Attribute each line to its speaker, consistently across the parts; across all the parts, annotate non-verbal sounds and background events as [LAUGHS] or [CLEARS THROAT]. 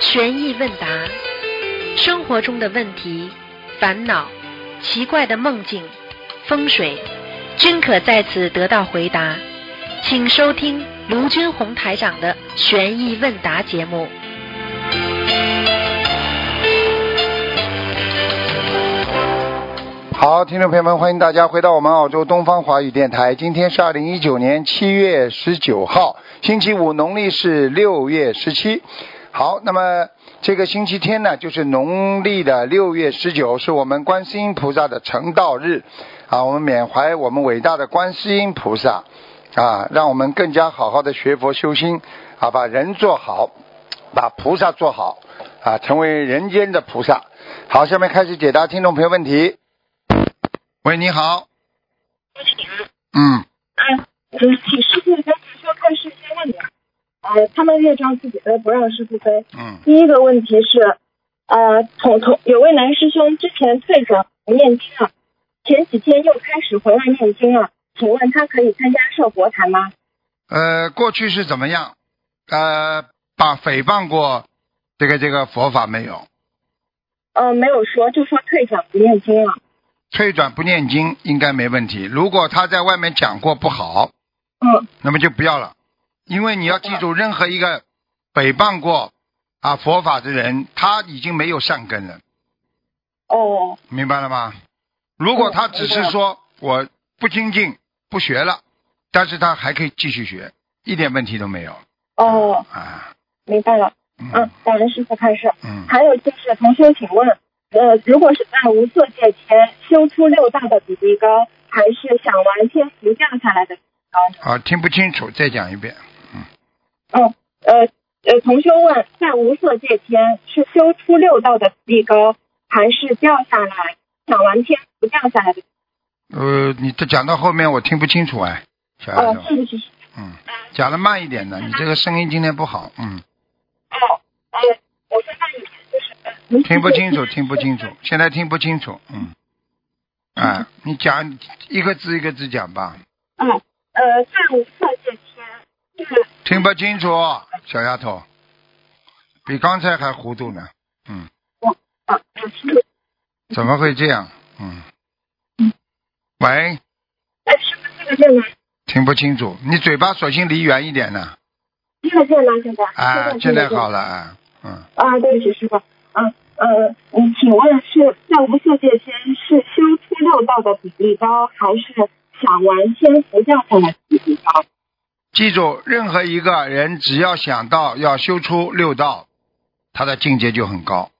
Speaker 1: 悬疑问答，生活中的问题、烦恼、奇怪的梦境、风水，均可在此得到回答。请收听卢军红台长的悬疑问答节目。
Speaker 2: 好，听众朋友们，欢迎大家回到我们澳洲东方华语电台。今天是二零一九年七月十九号，星期五，农历是六月十七。好，那么这个星期天呢，就是农历的六月十九，是我们观世音菩萨的成道日啊。我们缅怀我们伟大的观世音菩萨啊，让我们更加好好的学佛修心啊，把人做好，把菩萨做好啊，成为人间的菩萨。好，下面开始解答听众朋友问题。喂，你好。嗯，
Speaker 3: 嗯，就是请师傅跟同说看事先问的，呃，他们乐章自己飞，不让师傅飞。
Speaker 2: 嗯，
Speaker 3: 第一个问题是，呃，同同有位男师兄之前退转念经了，前几天又开始回来念经了，请问他可以参加社博坛吗？
Speaker 2: 呃，过去是怎么样？呃，把诽谤过这个这个佛法没有？
Speaker 3: 呃，没有说，就说退转不念经了。
Speaker 2: 退转不念经应该没问题。如果他在外面讲过不好，
Speaker 3: 嗯
Speaker 2: 那么就不要了，因为你要记住，任何一个诽谤过啊佛法的人，他已经没有善根了，
Speaker 3: 哦，
Speaker 2: 明白了吗？如果他只是说我不精进、不学了，但是他还可以继续学，一点问题都没有
Speaker 3: 哦，
Speaker 2: 啊。
Speaker 3: 明白了。嗯
Speaker 2: 嗯，
Speaker 3: 感恩师傅开示。
Speaker 2: 嗯，
Speaker 3: 还有就是，同学，请问，呃，如果是在无色界前修出六道的比例高，还是想完天福降下来的？
Speaker 2: 啊，听不清楚，再讲一遍。
Speaker 3: 嗯，呃呃，同学问，在无色界前是修出六道的比例高，还是降下来想完天福降下来的？
Speaker 2: 呃，你这讲到后面我听不清楚哎，小丫
Speaker 3: 哦，
Speaker 2: 头，
Speaker 3: 是不是？
Speaker 2: 嗯，讲的慢一点的，你这个声音今天不好，嗯，
Speaker 3: 哦，呃，我现在已经就是呃您
Speaker 2: 听不
Speaker 3: [LAUGHS]
Speaker 2: 清楚，听不清楚，现在听不清楚，嗯，哎，你讲一个字一个字讲吧，
Speaker 3: 嗯，呃，在无色界前是
Speaker 2: 听不清楚，小丫头，比刚才还糊涂呢，嗯，
Speaker 3: 呃呃是
Speaker 2: 怎么会这样？嗯，喂，
Speaker 3: 呃是不是这个键呢？
Speaker 2: 听不清楚，你嘴巴索性离远一点呢，
Speaker 3: 这个键呢？现在
Speaker 2: 啊，
Speaker 3: 现
Speaker 2: 现
Speaker 3: 在
Speaker 2: 在
Speaker 3: 这个
Speaker 2: 好了，啊，嗯，
Speaker 3: 啊，对不起，师傅。嗯呃，嗯，请问是在无色界间是修出六道的比例高，还是想玩仙佛教上的比例高？
Speaker 2: 记住，任何一个人只要想到要修出六道，他的境界就很高，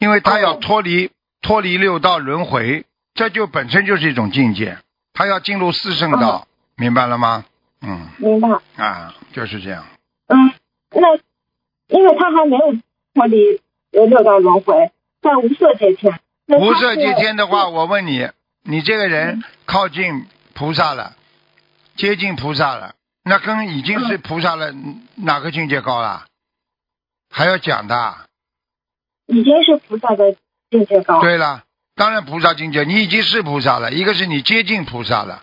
Speaker 2: 因为他要脱离脱离六道轮回，这就本身就是一种境界。他要进入四圣
Speaker 3: 啊
Speaker 2: 道，明白了吗？嗯
Speaker 3: 明白？
Speaker 2: 啊，就是这样。
Speaker 3: 嗯，那因为他还没有脱离呃六道轮回，在无色界前，那他
Speaker 2: 无色界
Speaker 3: 是嗯
Speaker 2: 天的话，，我问你，你这个人靠近菩萨了，接近菩萨了，那跟已经
Speaker 3: 嗯
Speaker 2: 是菩萨了，哪个境界高了？还要讲的啊？
Speaker 3: 已经是菩萨的境界高。
Speaker 2: 对了，当然菩萨境界，你已经是菩萨了，一个是你接近菩萨了，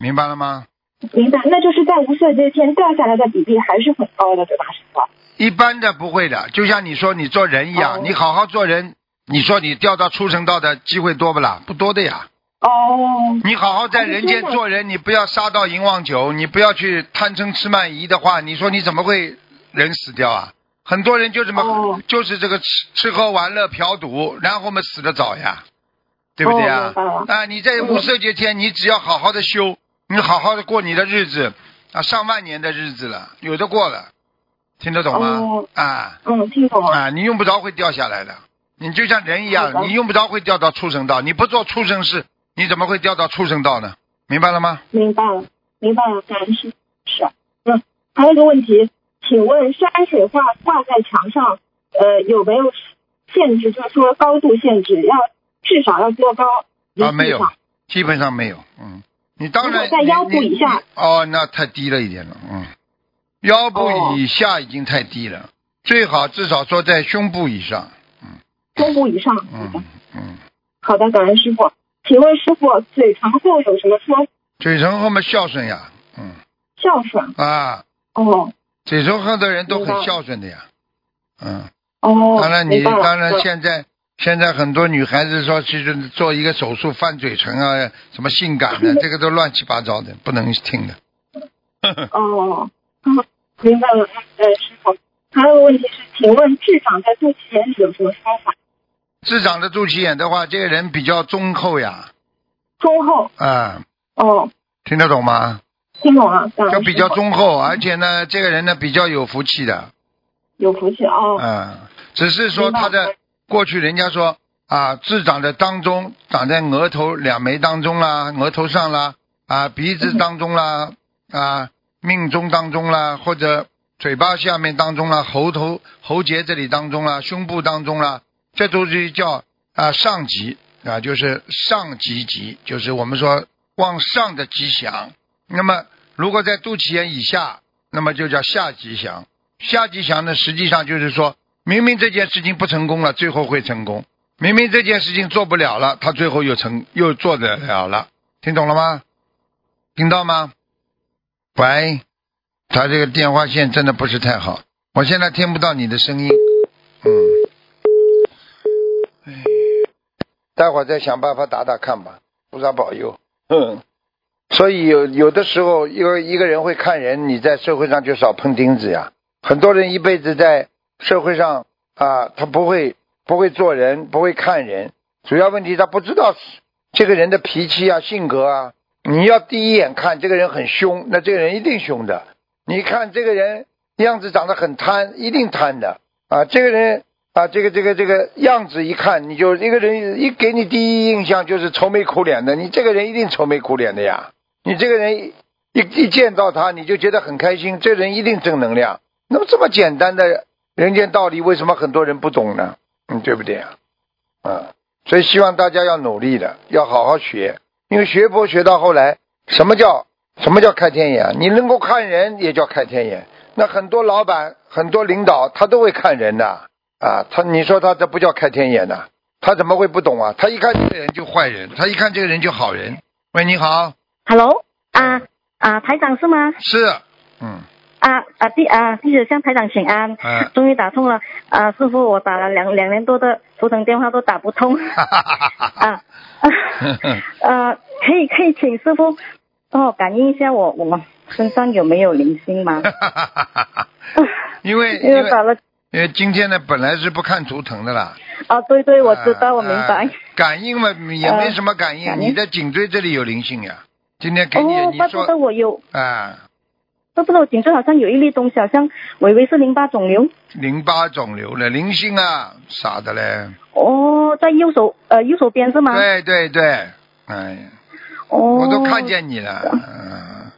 Speaker 2: 明白了吗？
Speaker 3: 明白？那就是在无色界天掉下来的比例还是很高的，对吧，师傅？
Speaker 2: 一般的不会的，就像你说你做人一样，
Speaker 3: 哦
Speaker 2: 你好好做人，你说你掉到畜生道的机会多不啦？不多的呀。
Speaker 3: 哦，
Speaker 2: 你好好在
Speaker 3: 哦
Speaker 2: 人间
Speaker 3: 真的
Speaker 2: 做人，你不要杀盗淫妄酒，你不要去贪嗔痴慢疑的话，你说你怎么会人死掉啊？很多人就这么、
Speaker 3: 哦
Speaker 2: 就是这个吃吃喝玩乐嫖赌，然后嘛死得早呀，对不对呀、
Speaker 3: 哦明白了
Speaker 2: 啊，你在无色界天，你只要好好的修，你好好的过你的日子，啊，上万年的日子了，有的过了，听得懂吗？
Speaker 3: 哦
Speaker 2: 啊
Speaker 3: 嗯，听懂了。
Speaker 2: 啊，你用不着会掉下来的，你就像人一
Speaker 3: 好
Speaker 2: 样，
Speaker 3: 的
Speaker 2: 你用不着会掉到畜生道，你不做畜生事，你怎么会掉到畜生道呢？明白了吗？
Speaker 3: 明白了，明白了，感恩师是，嗯，还有一个问题，请问山水画挂在墙上，呃，有没有限制？就是说高度限制，要至少要多高？
Speaker 2: 啊，没有
Speaker 3: 一定上，
Speaker 2: 基本上没有，嗯，你当然
Speaker 3: 如果在腰部
Speaker 2: 你你
Speaker 3: 以下
Speaker 2: 你哦，那太低了一点了，嗯，腰
Speaker 3: 哦
Speaker 2: 部以下已经太低了，最好至少说在胸部以上，
Speaker 3: 中部以上。好的
Speaker 2: 嗯嗯。
Speaker 3: 好的，感恩师傅。请问师傅，嘴唇后有什么说
Speaker 2: 嘴唇后面孝顺呀，嗯
Speaker 3: 孝顺？
Speaker 2: 啊，
Speaker 3: 哦，
Speaker 2: 嘴唇后的人都
Speaker 3: 明白
Speaker 2: 很孝顺的呀，嗯，
Speaker 3: 哦，
Speaker 2: 当然你
Speaker 3: 明白了
Speaker 2: 当然
Speaker 3: 嗯
Speaker 2: 现在现在很多女孩子说去做一个手术翻嘴唇啊，什么性感
Speaker 3: [LAUGHS]
Speaker 2: 的，这个都乱七八糟的，不能听的。
Speaker 3: 哦，嗯，明白了，呃，师傅。还有个问题是，请问智长在肚脐眼里有什么说法？
Speaker 2: 智长的肚脐眼的话，这个人比较忠厚呀，
Speaker 3: 忠厚，
Speaker 2: 啊、
Speaker 3: 哦，
Speaker 2: 听得懂吗？
Speaker 3: 听懂了，感恩
Speaker 2: 就比
Speaker 3: 师
Speaker 2: 较
Speaker 3: 父
Speaker 2: 忠厚，而且呢，这个人呢比较有福气的，
Speaker 3: 有福气哦，
Speaker 2: 嗯，只是说
Speaker 3: 明白
Speaker 2: 他的过去人家说啊，智长的当中长在额头两眉当中啦，额头上啦，啊，鼻子当中啦，啊，命中当中啦，或者嘴巴下面当中啦，喉头喉结这里当中啦，胸部当中啦，这都是叫啊上级啊，就是上级级，就是我们说往上的吉祥。那么如果在肚脐眼以下，那么就叫下吉祥。下吉祥呢，实际上就是说明明这件事情不成功了，最后会成功；明明这件事情做不了了，他最后又成又做得了了。听懂了吗？听到吗？喂，他这个电话线真的不是太好，我现在听不到你的声音。嗯，哎，待会儿再想办法打打看吧，菩萨保佑。嗯。所以有有的时候，因为一个人会看人，你在社会上就少碰钉子呀。很多人一辈子在社会上啊，他不会不会做人，不会看人，主要问题他不知道这个人的脾气啊、性格啊。你要第一眼看这个人很凶，那这个人一定凶的。你看这个人样子长得很贪，一定贪的啊。这个人啊，这个这个这个样子一看，你就这个人一给你第一印象就是愁眉苦脸的，你这个人一定愁眉苦脸的呀。你这个人一一见到他，你就觉得很开心，这人一定正能量。那么这么简单的人间道理，为什么很多人不懂呢？嗯，对不对啊？啊，所以希望大家要努力的，要好好学，因为学佛学到后来，什么叫什么叫开天眼啊？你能够看人也叫开天眼。那很多老板、很多领导他都会看人的啊他你说他这不叫开天眼呐、他怎么会不懂啊？他一看这个人就坏人，他一看这个人就好人。喂，你好，
Speaker 4: Hello，啊啊，台长是吗？
Speaker 2: 是，嗯，
Speaker 4: 啊啊，弟啊，弟子向台长请安。、
Speaker 2: 哎
Speaker 4: 终于打通了啊！师傅，我打了两两年多的头疼电话都打
Speaker 2: [LAUGHS]
Speaker 4: 不通
Speaker 2: 哈哈哈哈哈。
Speaker 4: 啊啊呃，可以可以，请师傅帮我感应一下我我身上有没有灵
Speaker 2: [LAUGHS]
Speaker 4: 性吗？ [LAUGHS]
Speaker 2: 哈，
Speaker 4: 啊
Speaker 2: [LAUGHS] 因为
Speaker 4: 因
Speaker 2: 因
Speaker 4: 为
Speaker 2: 为
Speaker 4: 打了
Speaker 2: 因为今天呢，本来是不看图腾的啦。
Speaker 4: 啊，对对，我知道，
Speaker 2: 呃
Speaker 4: 我明白呃
Speaker 2: 呃。感应嘛，也没什么感应，
Speaker 4: 感应
Speaker 2: 你的颈椎这里有灵性呀。今天给你，
Speaker 4: 哦，
Speaker 2: 你
Speaker 4: 怪不
Speaker 2: 说
Speaker 4: 得我有，
Speaker 2: 啊，
Speaker 4: 怪不得我颈椎好像有一粒东西，好像我以为是淋巴肿瘤。
Speaker 2: 淋巴肿瘤了，灵性啊，傻的嘞。
Speaker 4: 哦，在右手呃右手边是吗？
Speaker 2: 对对对，哎呀，
Speaker 4: 哦，
Speaker 2: 我都看见你了。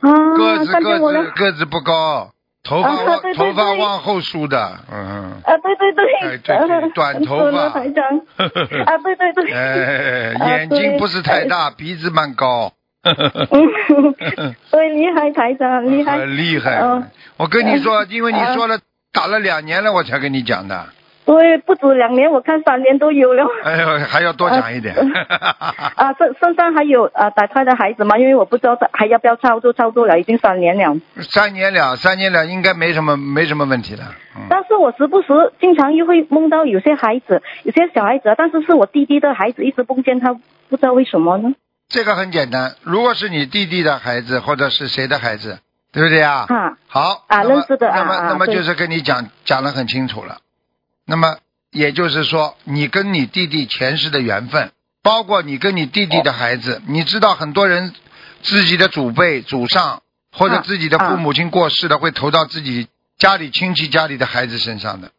Speaker 2: 嗯，
Speaker 4: 啊，
Speaker 2: 个子
Speaker 4: 看见我
Speaker 2: 个
Speaker 4: 了
Speaker 2: 子。个子不高，头发
Speaker 4: 啊
Speaker 2: 往
Speaker 4: 对对
Speaker 2: 头发
Speaker 4: 对
Speaker 2: 往后梳的，嗯，
Speaker 4: 啊，对对对，
Speaker 2: 哎对对短
Speaker 4: [LAUGHS]
Speaker 2: 头发
Speaker 4: 嗯台
Speaker 2: [LAUGHS]
Speaker 4: 长，
Speaker 2: 呵呵呵
Speaker 4: 啊，对对对，
Speaker 2: 哎，
Speaker 4: 啊
Speaker 2: 眼睛不是太大，鼻子蛮高。
Speaker 4: [LAUGHS] 嗯，对，厉害，台长，厉害，
Speaker 2: 哦很厉害
Speaker 4: 嗯。
Speaker 2: 我跟你说，因为你说了打了两年了，我才跟你讲的。
Speaker 4: 对，不止两年，我看三年都有了。
Speaker 2: 哎呦，还要多讲一点。
Speaker 4: 啊，身身上还有啊打胎的孩子吗？因为我不知道还要不要操作操作了，已经三年
Speaker 2: 嗯
Speaker 4: 了。
Speaker 2: [LAUGHS] 三年了，三年了，应该没什么没什么问题的。嗯，
Speaker 4: 但是我时不时经常又会梦到有些孩子，有些小孩子啊，但是是我弟弟的孩子，一直梦见他，不知道为什么呢？
Speaker 2: 这个很简单。如果是你弟弟的孩子，或者是谁的孩子，对不对啊？
Speaker 4: 啊，
Speaker 2: 好，
Speaker 4: 啊
Speaker 2: 那么
Speaker 4: 认识的啊
Speaker 2: 那么
Speaker 4: 啊
Speaker 2: 那么
Speaker 4: 对
Speaker 2: 就是跟你讲讲的很清楚了。那么也就是说，你跟你弟弟前世的缘分，包括你跟你弟弟
Speaker 4: 哦
Speaker 2: 的孩子，你知道很多人自己的祖辈、祖上或者
Speaker 4: 啊
Speaker 2: 自己的
Speaker 4: 啊
Speaker 2: 父母亲过世了，会投到自己家里亲戚家里的孩子身上的。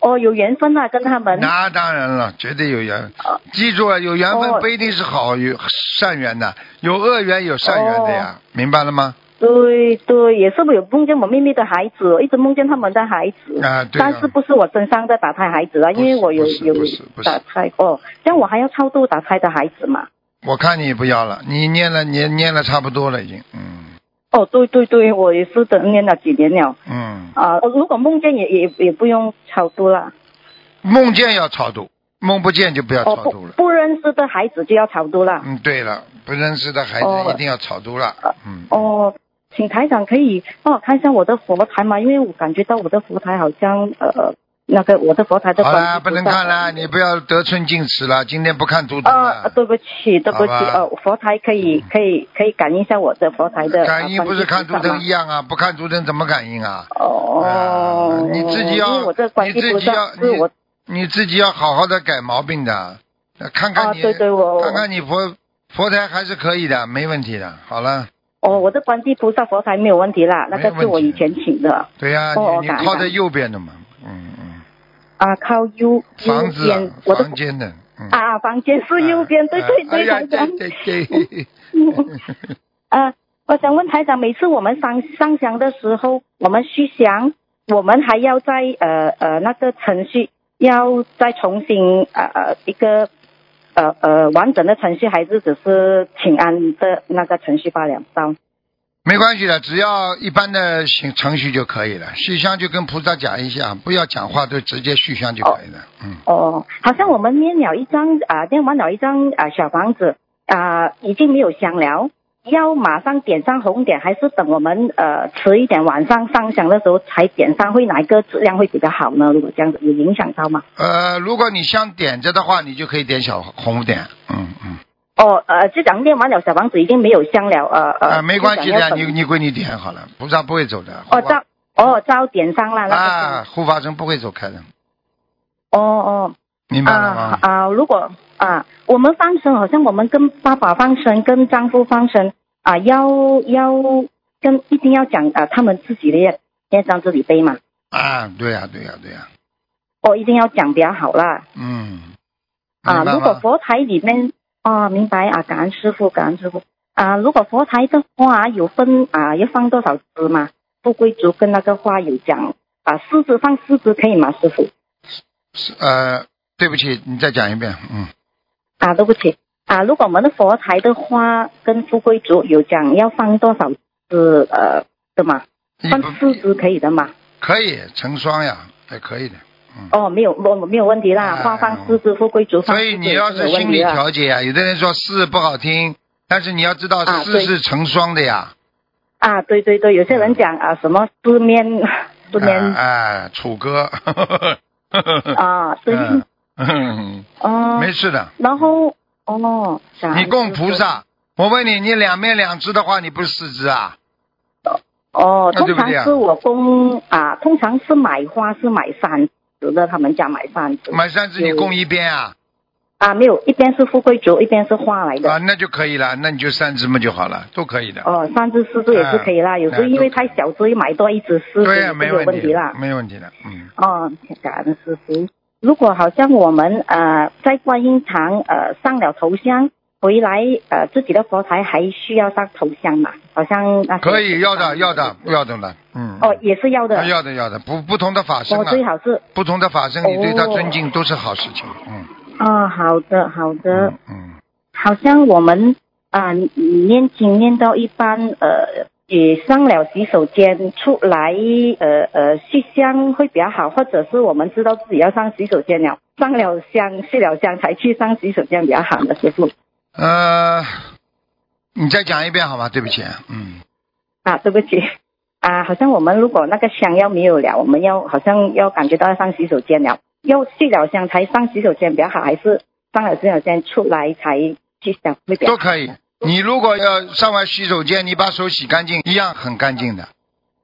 Speaker 4: 哦，有缘分啊，跟他们。
Speaker 2: 那当然了，绝对有缘
Speaker 4: 哦。
Speaker 2: 记住了，啊有缘分
Speaker 4: 哦
Speaker 2: 不一定是好有善缘的，有恶缘有善缘的
Speaker 4: 哦
Speaker 2: 呀，明白了吗？
Speaker 4: 对对，也是我有梦见我妹妹的孩子，一直梦见他们的孩子。
Speaker 2: 啊，对
Speaker 4: 但
Speaker 2: 啊
Speaker 4: 是。不是我身上在打胎孩子啊？
Speaker 2: 不是
Speaker 4: 因为我有
Speaker 2: 不是
Speaker 4: 有
Speaker 2: 不是不是
Speaker 4: 打胎哦，这样我还要超度打胎的孩子嘛？
Speaker 2: 我看你不要了，你念了念念了差不多了，已经，嗯
Speaker 4: 哦，对对对，我也是等念了几年了
Speaker 2: 嗯，
Speaker 4: 啊、我如果梦见也也也不用超度啦，
Speaker 2: 梦见要超度，梦不见就不要
Speaker 4: 哦
Speaker 2: 超
Speaker 4: 不
Speaker 2: 度了。
Speaker 4: 不认识的孩子就要超度啦。
Speaker 2: 嗯，对了，不认识的孩
Speaker 4: 哦
Speaker 2: 子一定要超度了，嗯，
Speaker 4: 哦，请台长可以帮我看一下我的佛台吗？因为我感觉到我的佛台好像呃那个我的佛台的
Speaker 2: 好
Speaker 4: 观世
Speaker 2: 啦，
Speaker 4: 菩
Speaker 2: 不能
Speaker 4: 萨
Speaker 2: 看啦，你不要得寸进尺了。今天不看图腾
Speaker 4: 啊、
Speaker 2: 了，
Speaker 4: 对不起，对
Speaker 2: 好
Speaker 4: 不起，
Speaker 2: 吧嗯
Speaker 4: 呃，佛台可以可以可以感应一下我的佛台的。
Speaker 2: 感应
Speaker 4: 呃
Speaker 2: 不是看图
Speaker 4: 观世菩萨
Speaker 2: 腾
Speaker 4: 吗
Speaker 2: 一样啊？不看图腾怎么感应啊？
Speaker 4: 哦、
Speaker 2: 啊你自己要
Speaker 4: 因为我这观世
Speaker 2: 你自
Speaker 4: 菩
Speaker 2: 己要
Speaker 4: 萨是我
Speaker 2: 你自己要好好的改毛病的，呃看
Speaker 4: 啊，
Speaker 2: 看你，
Speaker 4: 对对，我
Speaker 2: 看看你佛佛台还是可以的，没问题的。好了，
Speaker 4: 哦，我的观世菩萨佛台没有问题啦，那个
Speaker 2: 没有问题
Speaker 4: 是我以前请的
Speaker 2: 对呀、
Speaker 4: 哦
Speaker 2: 你
Speaker 4: 感
Speaker 2: 你
Speaker 4: 恩
Speaker 2: 靠
Speaker 4: 感
Speaker 2: 在
Speaker 4: 恩
Speaker 2: 右边的嘛，嗯嗯，
Speaker 4: 啊，靠右
Speaker 2: 房
Speaker 4: 右
Speaker 2: 子啊
Speaker 4: 边，我的
Speaker 2: 房间的，嗯，
Speaker 4: 啊啊，房间是右边，对
Speaker 2: 啊
Speaker 4: 对
Speaker 2: 哎
Speaker 4: 对，
Speaker 2: 呀
Speaker 4: 台长，
Speaker 2: 对对对，
Speaker 4: 呃，我想问台长，每次我们上上香的时候，我们续香，我们还要在呃呃那个程序要再重新呃呃一个呃呃完整的程序，还是只是请安的那个程序罢了？到
Speaker 2: 没关系的，只要一般的行程序就可以了。续香就跟菩萨讲一下，不要讲话，就直接续香就可以了。嗯，
Speaker 4: 哦，好像我们念了一张啊、念完了一张啊、小房子啊、已经没有香了。要马上点上红点，还是等我们呃迟一点晚上上香的时候才点上，会哪一个质量会比较好呢？如果这样子有影响到吗？
Speaker 2: 呃，如果你香点着的话，你就可以点小红点。嗯嗯，
Speaker 4: 哦，呃，就讲念完了小房子已经没有香了，呃呃，
Speaker 2: 啊，没关系
Speaker 4: 就讲
Speaker 2: 的，
Speaker 4: 要
Speaker 2: 你
Speaker 4: 等
Speaker 2: 你归你点好了，菩萨不会走的。护法
Speaker 4: 哦照哦照点上了那个香、
Speaker 2: 啊，护法神不会走开的，
Speaker 4: 哦哦
Speaker 2: 明白了
Speaker 4: 啊
Speaker 2: 吗？
Speaker 4: 啊，如果啊我们放生，好像我们跟爸爸放生，跟丈夫放生啊，要要跟一定要讲啊他们自己的业业障自己背嘛，
Speaker 2: 啊，对呀，对呀，对呀，
Speaker 4: 哦一定要讲比较好啦
Speaker 2: 嗯，
Speaker 4: 啊，
Speaker 2: 明白
Speaker 4: 如果
Speaker 2: 吗？
Speaker 4: 佛台里面哦明白啊，感恩师傅感恩师傅啊，如果佛台的花有分啊要放多少枝嘛？富贵竹跟那个花有讲啊，四枝放四枝可以吗，师傅？
Speaker 2: 是呃，对不起，你再讲一遍，嗯，
Speaker 4: 啊，对不起啊，如果我们的佛台的花跟富贵竹有讲要放多少枝呃的嘛？
Speaker 2: 一
Speaker 4: 放
Speaker 2: 不
Speaker 4: 四枝可以的嘛？
Speaker 2: 可以成双呀，还可以的。
Speaker 4: 哦，没有，我没有问题
Speaker 2: 哎
Speaker 4: 啦，花放四枝，富贵竹放
Speaker 2: 所
Speaker 4: 四枝
Speaker 2: 以你要
Speaker 4: 没
Speaker 2: 是
Speaker 4: 有问
Speaker 2: 心
Speaker 4: 题
Speaker 2: 理
Speaker 4: 啦。
Speaker 2: 调节啊，有的人说四不好听，但是你要知道
Speaker 4: 啊
Speaker 2: 四
Speaker 4: 对
Speaker 2: 是成双的呀，
Speaker 4: 啊，对对对，有些人讲啊什么四面四
Speaker 2: 哎
Speaker 4: 面
Speaker 2: 哎，楚歌，
Speaker 4: 啊，对
Speaker 2: 嗯 [LAUGHS] 嗯
Speaker 4: 哦，
Speaker 2: 没事的，
Speaker 4: 然后哦，感恩
Speaker 2: 你供菩
Speaker 4: 师父
Speaker 2: 萨，我问你，你两面两只的话，你不是四只啊？
Speaker 4: 哦，
Speaker 2: 那对
Speaker 4: 通
Speaker 2: 不对啊
Speaker 4: 常是我供啊，通常是买花是买三枝的，他们家买三枝
Speaker 2: 买三只你
Speaker 4: 有
Speaker 2: 供一边啊，
Speaker 4: 啊，没有，一边是富贵竹，一边是花来的。
Speaker 2: 啊，那就可以了，那你就三只嘛就好了，都可以的。
Speaker 4: 哦，三枝四枝也是可以
Speaker 2: 哎
Speaker 4: 啦，有时候因为太小，所以买多一枝四枝
Speaker 2: 对呀，
Speaker 4: 也是
Speaker 2: 没
Speaker 4: 有
Speaker 2: 问
Speaker 4: 问题啦。
Speaker 2: 没问题的，嗯，
Speaker 4: 哦，感恩师傅。如果好像我们呃在观音堂呃上了头香，回来呃自己的佛台还需要上头香嘛？好像那些
Speaker 2: 可以，要的，要的，要的了，嗯，
Speaker 4: 哦，也是要的。
Speaker 2: 啊要的，要的，不不同的法身
Speaker 4: 哦，
Speaker 2: 啊，
Speaker 4: 最好是
Speaker 2: 不同的法身，你对他
Speaker 4: 哦
Speaker 2: 尊敬都是好事情，嗯。
Speaker 4: 哦，好的好的。
Speaker 2: 嗯嗯，
Speaker 4: 好像我们啊、念经念到一半，呃，也上了洗手间出来，呃呃，续香会比较好，或者是我们知道自己要上洗手间了，上了香续了香才去上洗手间比较好的师傅
Speaker 2: 呃，你再讲一遍好吗？对不起，嗯，
Speaker 4: 啊，对不起啊，好像我们如果那个香要没有了，我们要好像要感觉到要上洗手间了，要续了香才上洗手间比较好，还是上了洗手间出来才去香会比较
Speaker 2: 都
Speaker 4: 好？
Speaker 2: 可以。你如果要上完洗手间，你把手洗干净，一样很干净的。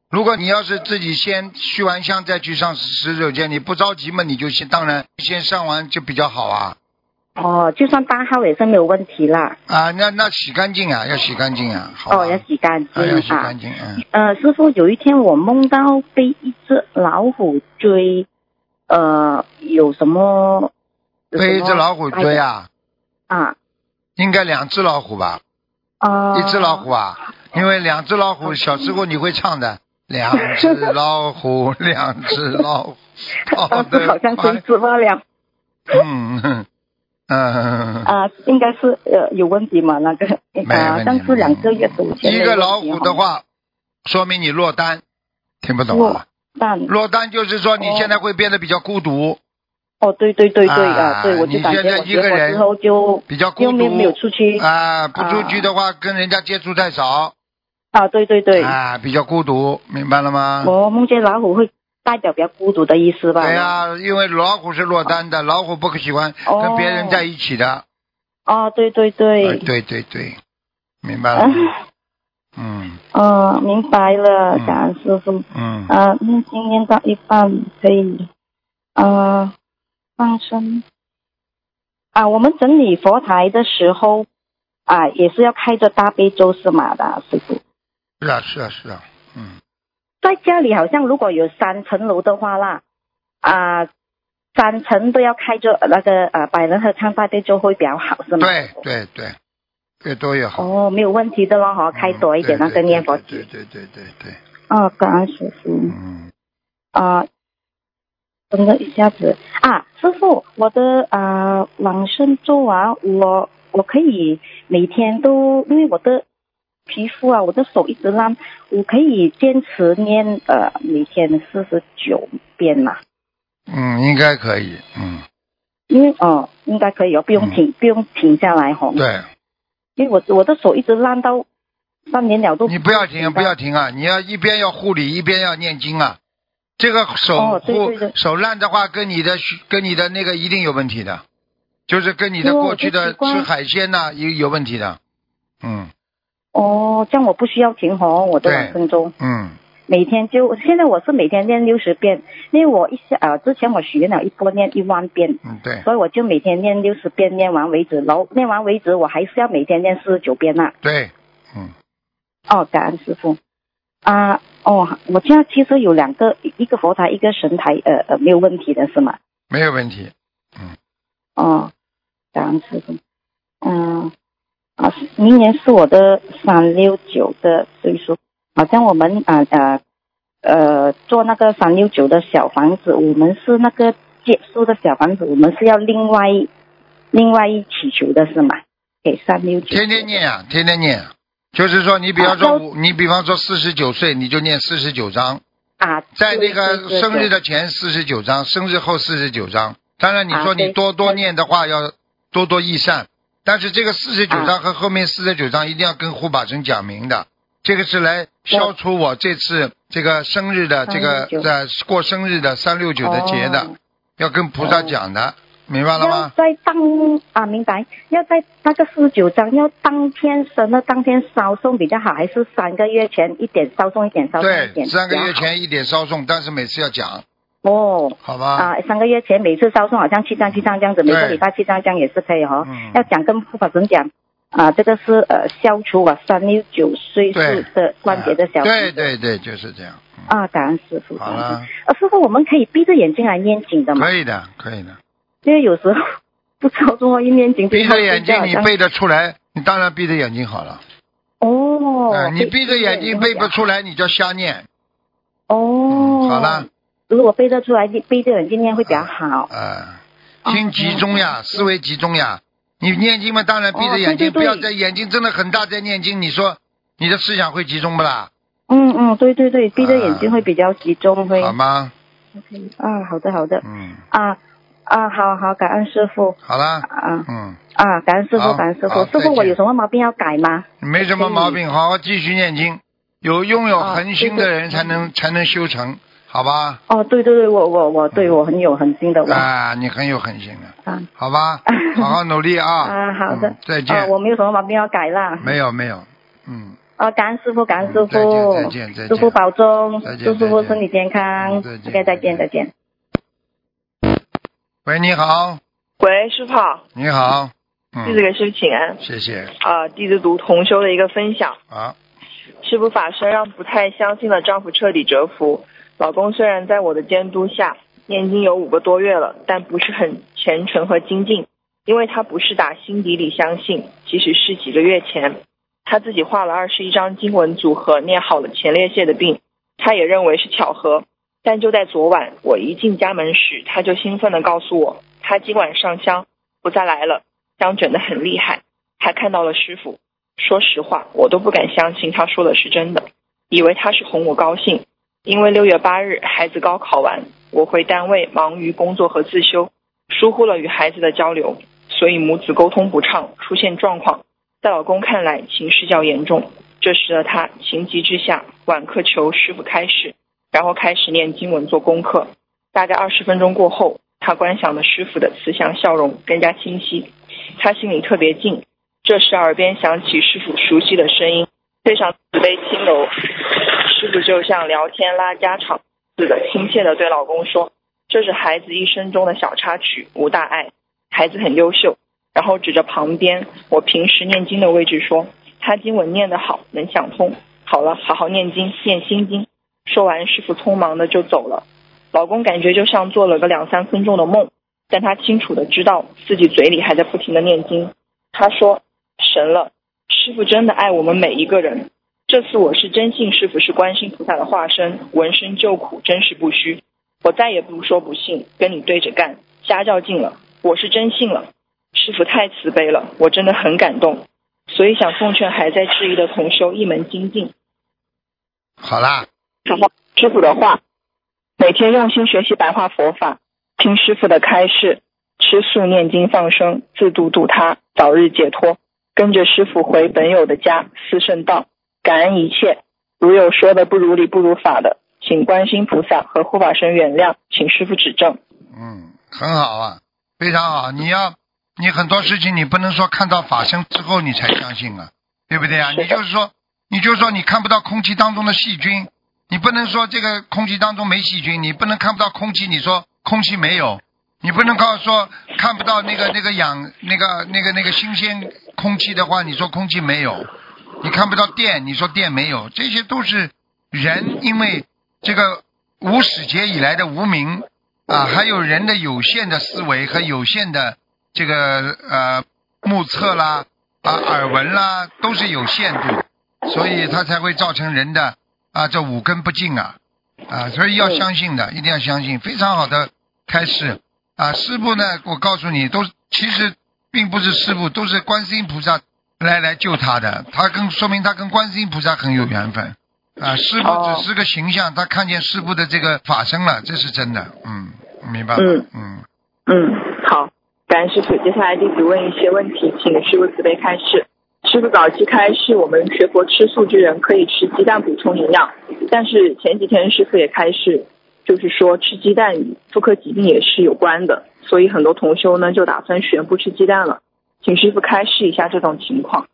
Speaker 2: 如果你要是自己先续完香再去上洗手间，你不着急嘛，你就先当然先上完就比较好啊
Speaker 4: 哦，就算大号也是没有问题啦。
Speaker 2: 啊，那那洗干净啊，要洗干净啊，好吧
Speaker 4: 哦，要洗干净
Speaker 2: 啊，要洗
Speaker 4: 啊
Speaker 2: 干。净，嗯，
Speaker 4: 呃，师傅，有一天我梦到被一只老虎追，呃，有什么？有什么
Speaker 2: 被一只老虎追啊，
Speaker 4: 啊！
Speaker 2: 应该两只老虎吧，
Speaker 4: 啊、
Speaker 2: 一只老
Speaker 4: [LAUGHS]
Speaker 2: 虎啊，因为两只老虎，小时候你会唱的。两只老虎，两只老虎，
Speaker 4: [LAUGHS]
Speaker 2: 好
Speaker 4: 当时好
Speaker 2: 的，
Speaker 4: 像追死了
Speaker 2: 哎
Speaker 4: 两
Speaker 2: 嗯嗯嗯，
Speaker 4: 啊、应该是呃有问题嘛？那个
Speaker 2: 没有
Speaker 4: 啊，
Speaker 2: 问题
Speaker 4: 像是两个月左右
Speaker 2: 嗯
Speaker 4: 前
Speaker 2: 一
Speaker 4: 的
Speaker 2: 个
Speaker 4: 问
Speaker 2: 老
Speaker 4: 题
Speaker 2: 虎
Speaker 4: 哈
Speaker 2: 的，话，说明你落单，听不懂啊？
Speaker 4: 但
Speaker 2: 落单就是说你现在会变得比较孤独，
Speaker 4: 哦，对对对对
Speaker 2: 啊
Speaker 4: 对我就
Speaker 2: 你
Speaker 4: 感
Speaker 2: 现
Speaker 4: 觉
Speaker 2: 在
Speaker 4: 我
Speaker 2: 一个
Speaker 4: 结果
Speaker 2: 人
Speaker 4: 之后就
Speaker 2: 比较
Speaker 4: 又
Speaker 2: 孤
Speaker 4: 没有没有
Speaker 2: 独
Speaker 4: 出去啊
Speaker 2: 啊，不出去的话跟人家接触太少
Speaker 4: 对对对，
Speaker 2: 啊啊，比较孤独，明白了吗？
Speaker 4: 我梦见老虎会代表比较孤独的意思吧？
Speaker 2: 对啊呀、因为老虎是落单的，老虎不喜欢跟别人在一起的。
Speaker 4: 哦，对对
Speaker 2: 呃
Speaker 4: 对，
Speaker 2: 对对对，明白了。
Speaker 4: 嗯、
Speaker 2: 嗯
Speaker 4: 嗯，明白了，
Speaker 2: 嗯
Speaker 4: 感恩师傅。
Speaker 2: 嗯，
Speaker 4: 啊，那今天到一半可以，呃，放生。啊，我们整理佛台的时候，啊，也是要开着大悲咒是吗的，师傅？
Speaker 2: 是啊是啊是啊，嗯，
Speaker 4: 在家里好像如果有三层楼的话啦，啊，三层都要开着那个呃百人合唱大悲咒会比较好是吗？。
Speaker 2: 对对对，越多越好。
Speaker 4: 嗯哦，没有问题的咯，哈，
Speaker 2: 嗯
Speaker 4: 开多一点那个念佛
Speaker 2: 对
Speaker 4: 机。
Speaker 2: 对对对对对，对
Speaker 4: 哦，感恩师傅。
Speaker 2: 嗯，
Speaker 4: 啊、等了一下子啊，师傅，我的啊、呃、往生咒啊，我我可以每天都，因为我的皮肤啊，我的手一直烂，我可以坚持念呃每天四十九遍嘛，
Speaker 2: 嗯，应该可以，嗯，
Speaker 4: 因为哦、应该可以哦，不用停、不用停下来吼、哦，
Speaker 2: 对，
Speaker 4: 因为我我的手一直烂到三年了都
Speaker 2: 你不要停，不要停啊！你要一边要护理，一边要念经啊。这个手
Speaker 4: 哦对
Speaker 2: 护
Speaker 4: 对对
Speaker 2: 手烂的话，跟你的血跟你的那个一定有问题的，就是跟你的
Speaker 4: 对哦
Speaker 2: 过去
Speaker 4: 我
Speaker 2: 的
Speaker 4: 就习惯
Speaker 2: 吃海鲜呐、有有问题的。嗯
Speaker 4: 哦，这样我不需要停吼、哦，我的
Speaker 2: 对
Speaker 4: 往生咒。
Speaker 2: 嗯
Speaker 4: 每天就现在我是每天练六十遍，因为我一下呃之前我许愿了一波练一万遍，
Speaker 2: 嗯，对
Speaker 4: 所以我就每天练六十遍，练完为止，然后练完为止，我还是要每天练四十九遍呐、
Speaker 2: 对，嗯
Speaker 4: 哦，感恩师傅啊，哦，我这样其实有两个，一个佛台，一个神台，呃呃，没有问题的是吗？
Speaker 2: 没有问题。
Speaker 4: 哦，感恩师傅，嗯、啊，明年是我的三六九的岁数，好像我们啊呃呃做那个三六九的小房子，我们是那个借书的小房子，我们是要另外另外一起求的是吗？给三六九，
Speaker 2: 天天念啊，天天念啊、就是说你比方
Speaker 4: 啊
Speaker 2: 说
Speaker 4: 要
Speaker 2: 五，你比方说四十九岁你就念四十九章，
Speaker 4: 啊，
Speaker 2: 在那
Speaker 4: 对
Speaker 2: 个
Speaker 4: 对对
Speaker 2: 生日
Speaker 4: 对
Speaker 2: 的前四十九章，生日后四十九章。当然，你
Speaker 4: 啊
Speaker 2: 说你
Speaker 4: 对
Speaker 2: 多多
Speaker 4: 对
Speaker 2: 念的话，要多多益善。但是这个四十九
Speaker 4: 啊
Speaker 2: 章和后面四十九章一定要跟护法神讲明的，这个是来消除我这次这个生日的这个
Speaker 4: 369
Speaker 2: 呃过生日的三六九的节的
Speaker 4: 哦，
Speaker 2: 要跟菩萨讲的，明白了
Speaker 4: 要
Speaker 2: 吗？
Speaker 4: 在当啊，明白？要在那个四十九章，要当天生的当天烧送比较好，还是三个月前一点烧送一点烧送一
Speaker 2: 对，
Speaker 4: 点？
Speaker 2: 三个月。前一点烧送，但是每次要讲，
Speaker 4: 哦，
Speaker 2: 好吧？
Speaker 4: 啊，三个月前每次烧送好像七张七张这样子，每个
Speaker 2: 对
Speaker 4: 礼拜七张这样也是可以哦。
Speaker 2: 嗯
Speaker 4: 要讲跟护法神讲。啊，这个是呃消除我三六九岁数
Speaker 2: 对
Speaker 4: 的关节的小
Speaker 2: 啊
Speaker 4: 房
Speaker 2: 对
Speaker 4: 子
Speaker 2: 对对，就是这样。
Speaker 4: 啊，感恩师傅。
Speaker 2: 好
Speaker 4: 感恩师
Speaker 2: 了，
Speaker 4: 父啊，师傅，我们可以闭着眼睛来念经的嘛？
Speaker 2: 可以的，可以的。
Speaker 4: 因为有时候 [LAUGHS] 不知道做一念经，
Speaker 2: 闭着眼睛
Speaker 4: 好
Speaker 2: 你
Speaker 4: 像
Speaker 2: 背得出来，你当然闭着眼睛好了。
Speaker 4: 哦、
Speaker 2: 嗯，你
Speaker 4: 背
Speaker 2: 闭着眼睛背不出来，你就瞎念。
Speaker 4: 哦、
Speaker 2: 嗯好了。
Speaker 4: 如果背得出来，背着眼睛念会比较好。
Speaker 2: 啊，
Speaker 4: 哦
Speaker 2: 心集中呀，思维集中呀。你念经嘛，当然闭着眼睛，
Speaker 4: 哦对对对
Speaker 2: 不要在眼睛睁得很大在念经。你说你的思想会集中不啦？
Speaker 4: 嗯嗯，对对对，闭着眼睛会比较集中，会
Speaker 2: 啊好吗？
Speaker 4: 啊，好的好的
Speaker 2: 嗯，
Speaker 4: 啊啊，好好，感恩师傅
Speaker 2: 好啦，
Speaker 4: 啊
Speaker 2: 嗯，
Speaker 4: 啊，感恩师
Speaker 2: 好
Speaker 4: 傅，感恩师
Speaker 2: 好
Speaker 4: 傅，师
Speaker 2: 再
Speaker 4: 傅我
Speaker 2: 见
Speaker 4: 有什么毛病要改吗？
Speaker 2: 没什么毛病，好好继续念经。有拥有
Speaker 4: 哦
Speaker 2: 恒心的
Speaker 4: 对对嗯
Speaker 2: 人才能才能修成，好吧？
Speaker 4: 哦，对对对，我我我
Speaker 2: 嗯
Speaker 4: 对我很有恒心的我啊
Speaker 2: 啊，你很有恒心的，
Speaker 4: 啊
Speaker 2: 好
Speaker 4: [LAUGHS]
Speaker 2: 吧？好好努力啊！
Speaker 4: 啊好的
Speaker 2: 嗯再
Speaker 4: 啊，
Speaker 2: 见。
Speaker 4: 我没有什么毛病要改啦。
Speaker 2: 没有没有，嗯，
Speaker 4: 哦，感恩师傅，感恩师
Speaker 2: 嗯再见再
Speaker 4: 傅，
Speaker 2: 见再见
Speaker 4: 师傅保重
Speaker 2: 再，见
Speaker 4: 祝师傅
Speaker 2: 再见
Speaker 4: 身体健康
Speaker 2: 嗯再见
Speaker 4: ，OK，再见
Speaker 2: 再见
Speaker 4: 再见。
Speaker 2: 喂，你好，
Speaker 5: 喂，师傅好，
Speaker 2: 你好，
Speaker 5: 弟子
Speaker 2: 嗯，
Speaker 5: 给师傅请安。
Speaker 2: 谢谢，啊
Speaker 5: 啊，弟子读同修的一个分享，
Speaker 2: 好，
Speaker 5: 师傅法身让不太相信的丈夫彻底折服。老公虽然在我的监督下念经有五个多月了，但不是很虔诚和精进，因为他不是打心底里相信，其实是几个月前他自己画了二十一张经文组合念好了前列腺的病，他也认为是巧合。但就在昨晚，我一进家门时，他就兴奋地告诉我，他今晚上香不再来了，香卷得很厉害，还看到了师傅。说实话，我都不敢相信他说的是真的，以为他是哄我高兴。因为六月八日孩子高考完，我回单位忙于工作和自修，疏忽了与孩子的交流，所以母子沟通不畅，出现状况。在老公看来，情势较严重。这时的他情急之下，晚课求师傅开示，然后开始念经文做功课。大概二十分钟过后，他观想的师傅的慈祥笑容更加清晰，他心里特别静。这时耳边响起师傅熟悉的声音，非常慈悲轻柔。师傅就像聊天拉家常似的，亲切的对老公说：“这是孩子一生中的小插曲，无大碍，孩子很优秀。”然后指着旁边我平时念经的位置说：“他经文念得好，能想通。好了，好好念经，念心经。”说完，师傅匆忙的就走了。老公感觉就像做了个两三分钟的梦，但他清楚的知道自己嘴里还在不停的念经。他说：“神了，师傅真的爱我们每一个人。这次我是真信师傅是观世音菩萨的化身，闻声救苦，真是不虚。我再也不说不信，跟你对着干，瞎较劲了。我是真信了，师傅太慈悲了，我真的很感动。所以想奉劝还在质疑的同修一门精进，
Speaker 2: 好啦，
Speaker 5: 然后师傅的话，每天用心学习白话佛法，听师傅的开示，吃素念经放生，自度度他，早日解脱，跟着师傅回本有的家，四圣道，感恩一切。如有说的不如理不如法的，请观世音菩萨和护法神原谅，请师傅指正。
Speaker 2: 嗯，很好啊，非常好。你要，你很多事情你不能说看到法身之后你才相信啊，对不对啊？
Speaker 5: 是的
Speaker 2: 你就是说，你就是说你看不到空气当中的细菌，你不能说这个空气当中没细菌，你不能看不到空气，你说空气没有，你不能靠说看不到那个那个氧那个那个那个新鲜空气的话，你说空气没有，你看不到电，你说电没有，这些都是人因为这个无始劫以来的无明啊，还有人的有限的思维和有限的这个呃目测啦啊耳闻啦，都是有限度，所以它才会造成人的啊这五根不净啊啊，所以要相信的，一定要相信，非常好的开始啊。师傅呢，我告诉你，都是其实并不是师傅，都是观世音菩萨来来救他的，他跟说明他跟观世音菩萨很有缘分。啊，师傅
Speaker 5: 哦
Speaker 2: 只是个形象，他看见师傅的这个法身了，这是真的，嗯，明白吧？
Speaker 5: 嗯
Speaker 2: 嗯，
Speaker 5: 嗯，好，感恩师傅。接下来弟子问一些问题，请师傅慈悲开示。师傅早期开示，我们学佛吃素之人可以吃鸡蛋补充营养，但是前几天师傅也开示，就是说吃鸡蛋与妇科疾病也是有关的，所以很多同修呢就打算选不吃鸡蛋了。请师傅开示一下这种情况。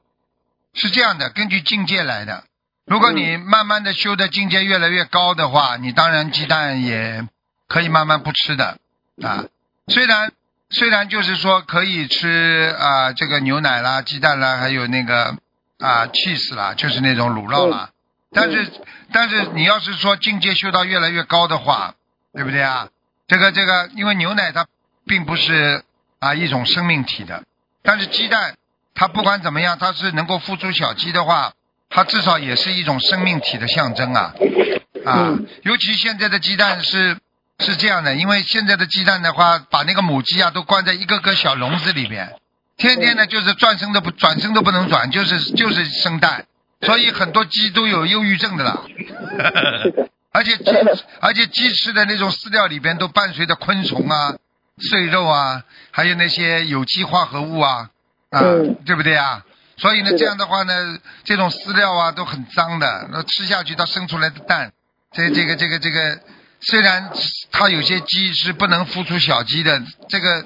Speaker 2: 是这样的，根据境界来的。如果你慢慢的修的境界越来越高的话，你当然鸡蛋也可以慢慢不吃的啊。虽然虽然就是说可以吃啊、这个牛奶啦、鸡蛋啦，还有那个啊 cheese 啦，就是那种乳酪啦。但是但是你要是说境界修到越来越高的话，对不对啊？这个这个，因为牛奶它并不是啊一种生命体的，但是鸡蛋它不管怎么样，它是能够孵出小鸡的话，它至少也是一种生命体的象征啊啊！
Speaker 5: 嗯
Speaker 2: 尤其现在的鸡蛋是是这样的，因为现在的鸡蛋的话，把那个母鸡啊都关在一个个小笼子里边，天天呢就是转身都不转身都不能转，就是就是生蛋，所以很多鸡都有忧郁症的啦。
Speaker 5: 是的，
Speaker 2: [LAUGHS] 而且鸡而且鸡吃的那种饲料里边都伴随着昆虫
Speaker 5: [LAUGHS]
Speaker 2: 啊、碎肉啊，还有那些有机化合物啊，啊，
Speaker 5: 嗯
Speaker 2: 对不对啊？所以呢
Speaker 5: 是，的
Speaker 2: 这样的话呢，这种饲料啊都很脏的，那吃下去它生出来的蛋，这这个这个这个，虽然它有些鸡是不能孵出小鸡的，这个，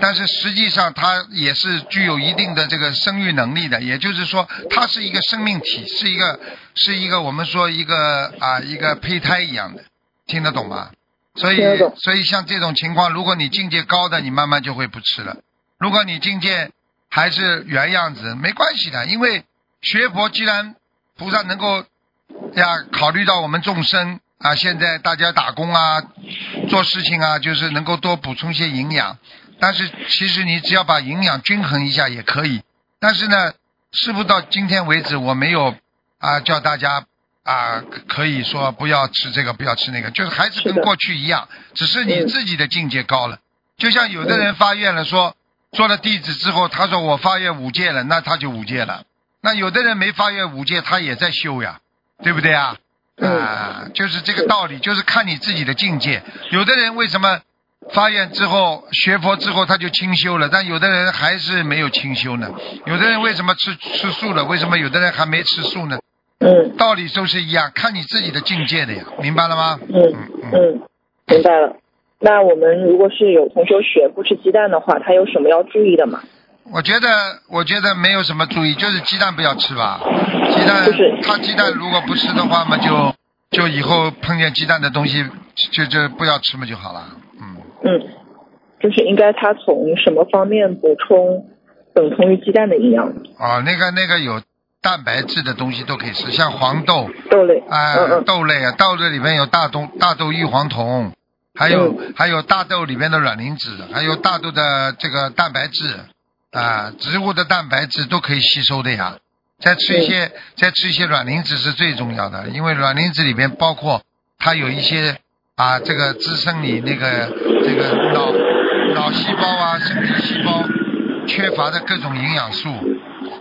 Speaker 2: 但是实际上它也是具有一定的这个生育能力的，也就是说，它是一个生命体，是一个是一个我们说一个啊一个胚胎一样的，听得懂吗？所以
Speaker 5: 听得懂
Speaker 2: 所以像这种情况，如果你境界高的，你慢慢就会不吃了；如果你境界还是原样子，没关系的，因为学佛既然菩萨能够呀，考虑到我们众生啊，现在大家打工啊，做事情啊，就是能够多补充些营养。但是其实你只要把营养均衡一下也可以。但是呢，师傅到今天为止，我没有啊叫大家啊可以说不要吃这个，不要吃那个，就是还是
Speaker 5: 是的嗯
Speaker 2: 跟过去一样，只是你自己的境界高了。就像有的人发愿了说，做了弟子之后，他说我发愿五戒了，那他就五戒了。那有的人没发愿五戒，他也在修呀，对不对啊？啊，就是这个道理，就是看你自己的境界。有的人为什么发愿之后学佛之后他就清修了，但有的人还是没有清修呢？有的人为什么吃吃素了？为什么有的人还没吃素呢？
Speaker 5: 嗯
Speaker 2: 道理都是一样，看你自己的境界的呀，明白了吗？
Speaker 5: 嗯
Speaker 2: 嗯嗯，
Speaker 5: 嗯，明白了。那我们如果是有同修学不吃鸡蛋的话，他有什么要注意的吗？
Speaker 2: 我觉得我觉得没有什么注意，就是鸡蛋不要吃吧，鸡蛋
Speaker 5: 就是
Speaker 2: 他鸡蛋如果不吃的话嘛，就就以后碰见鸡蛋的东西就就不要吃嘛就好了，嗯。
Speaker 5: 嗯，就是应该他从什么方面补充等同于鸡蛋的营养？
Speaker 2: 哦，那个那个有蛋白质的东西都可以吃，像黄豆
Speaker 5: 豆类。
Speaker 2: 啊、
Speaker 5: 嗯嗯
Speaker 2: 豆类啊，豆类里面有大豆大豆异黄酮，还有、
Speaker 5: 嗯
Speaker 2: 还有大豆里面的卵磷脂，还有大豆的这个蛋白质啊、植物的蛋白质都可以吸收的呀。再吃一些、再吃一些卵磷脂是最重要的，因为卵磷脂里面包括它有一些啊，这个支撑你那个这个脑脑细胞啊、身体细胞缺乏的各种营养素，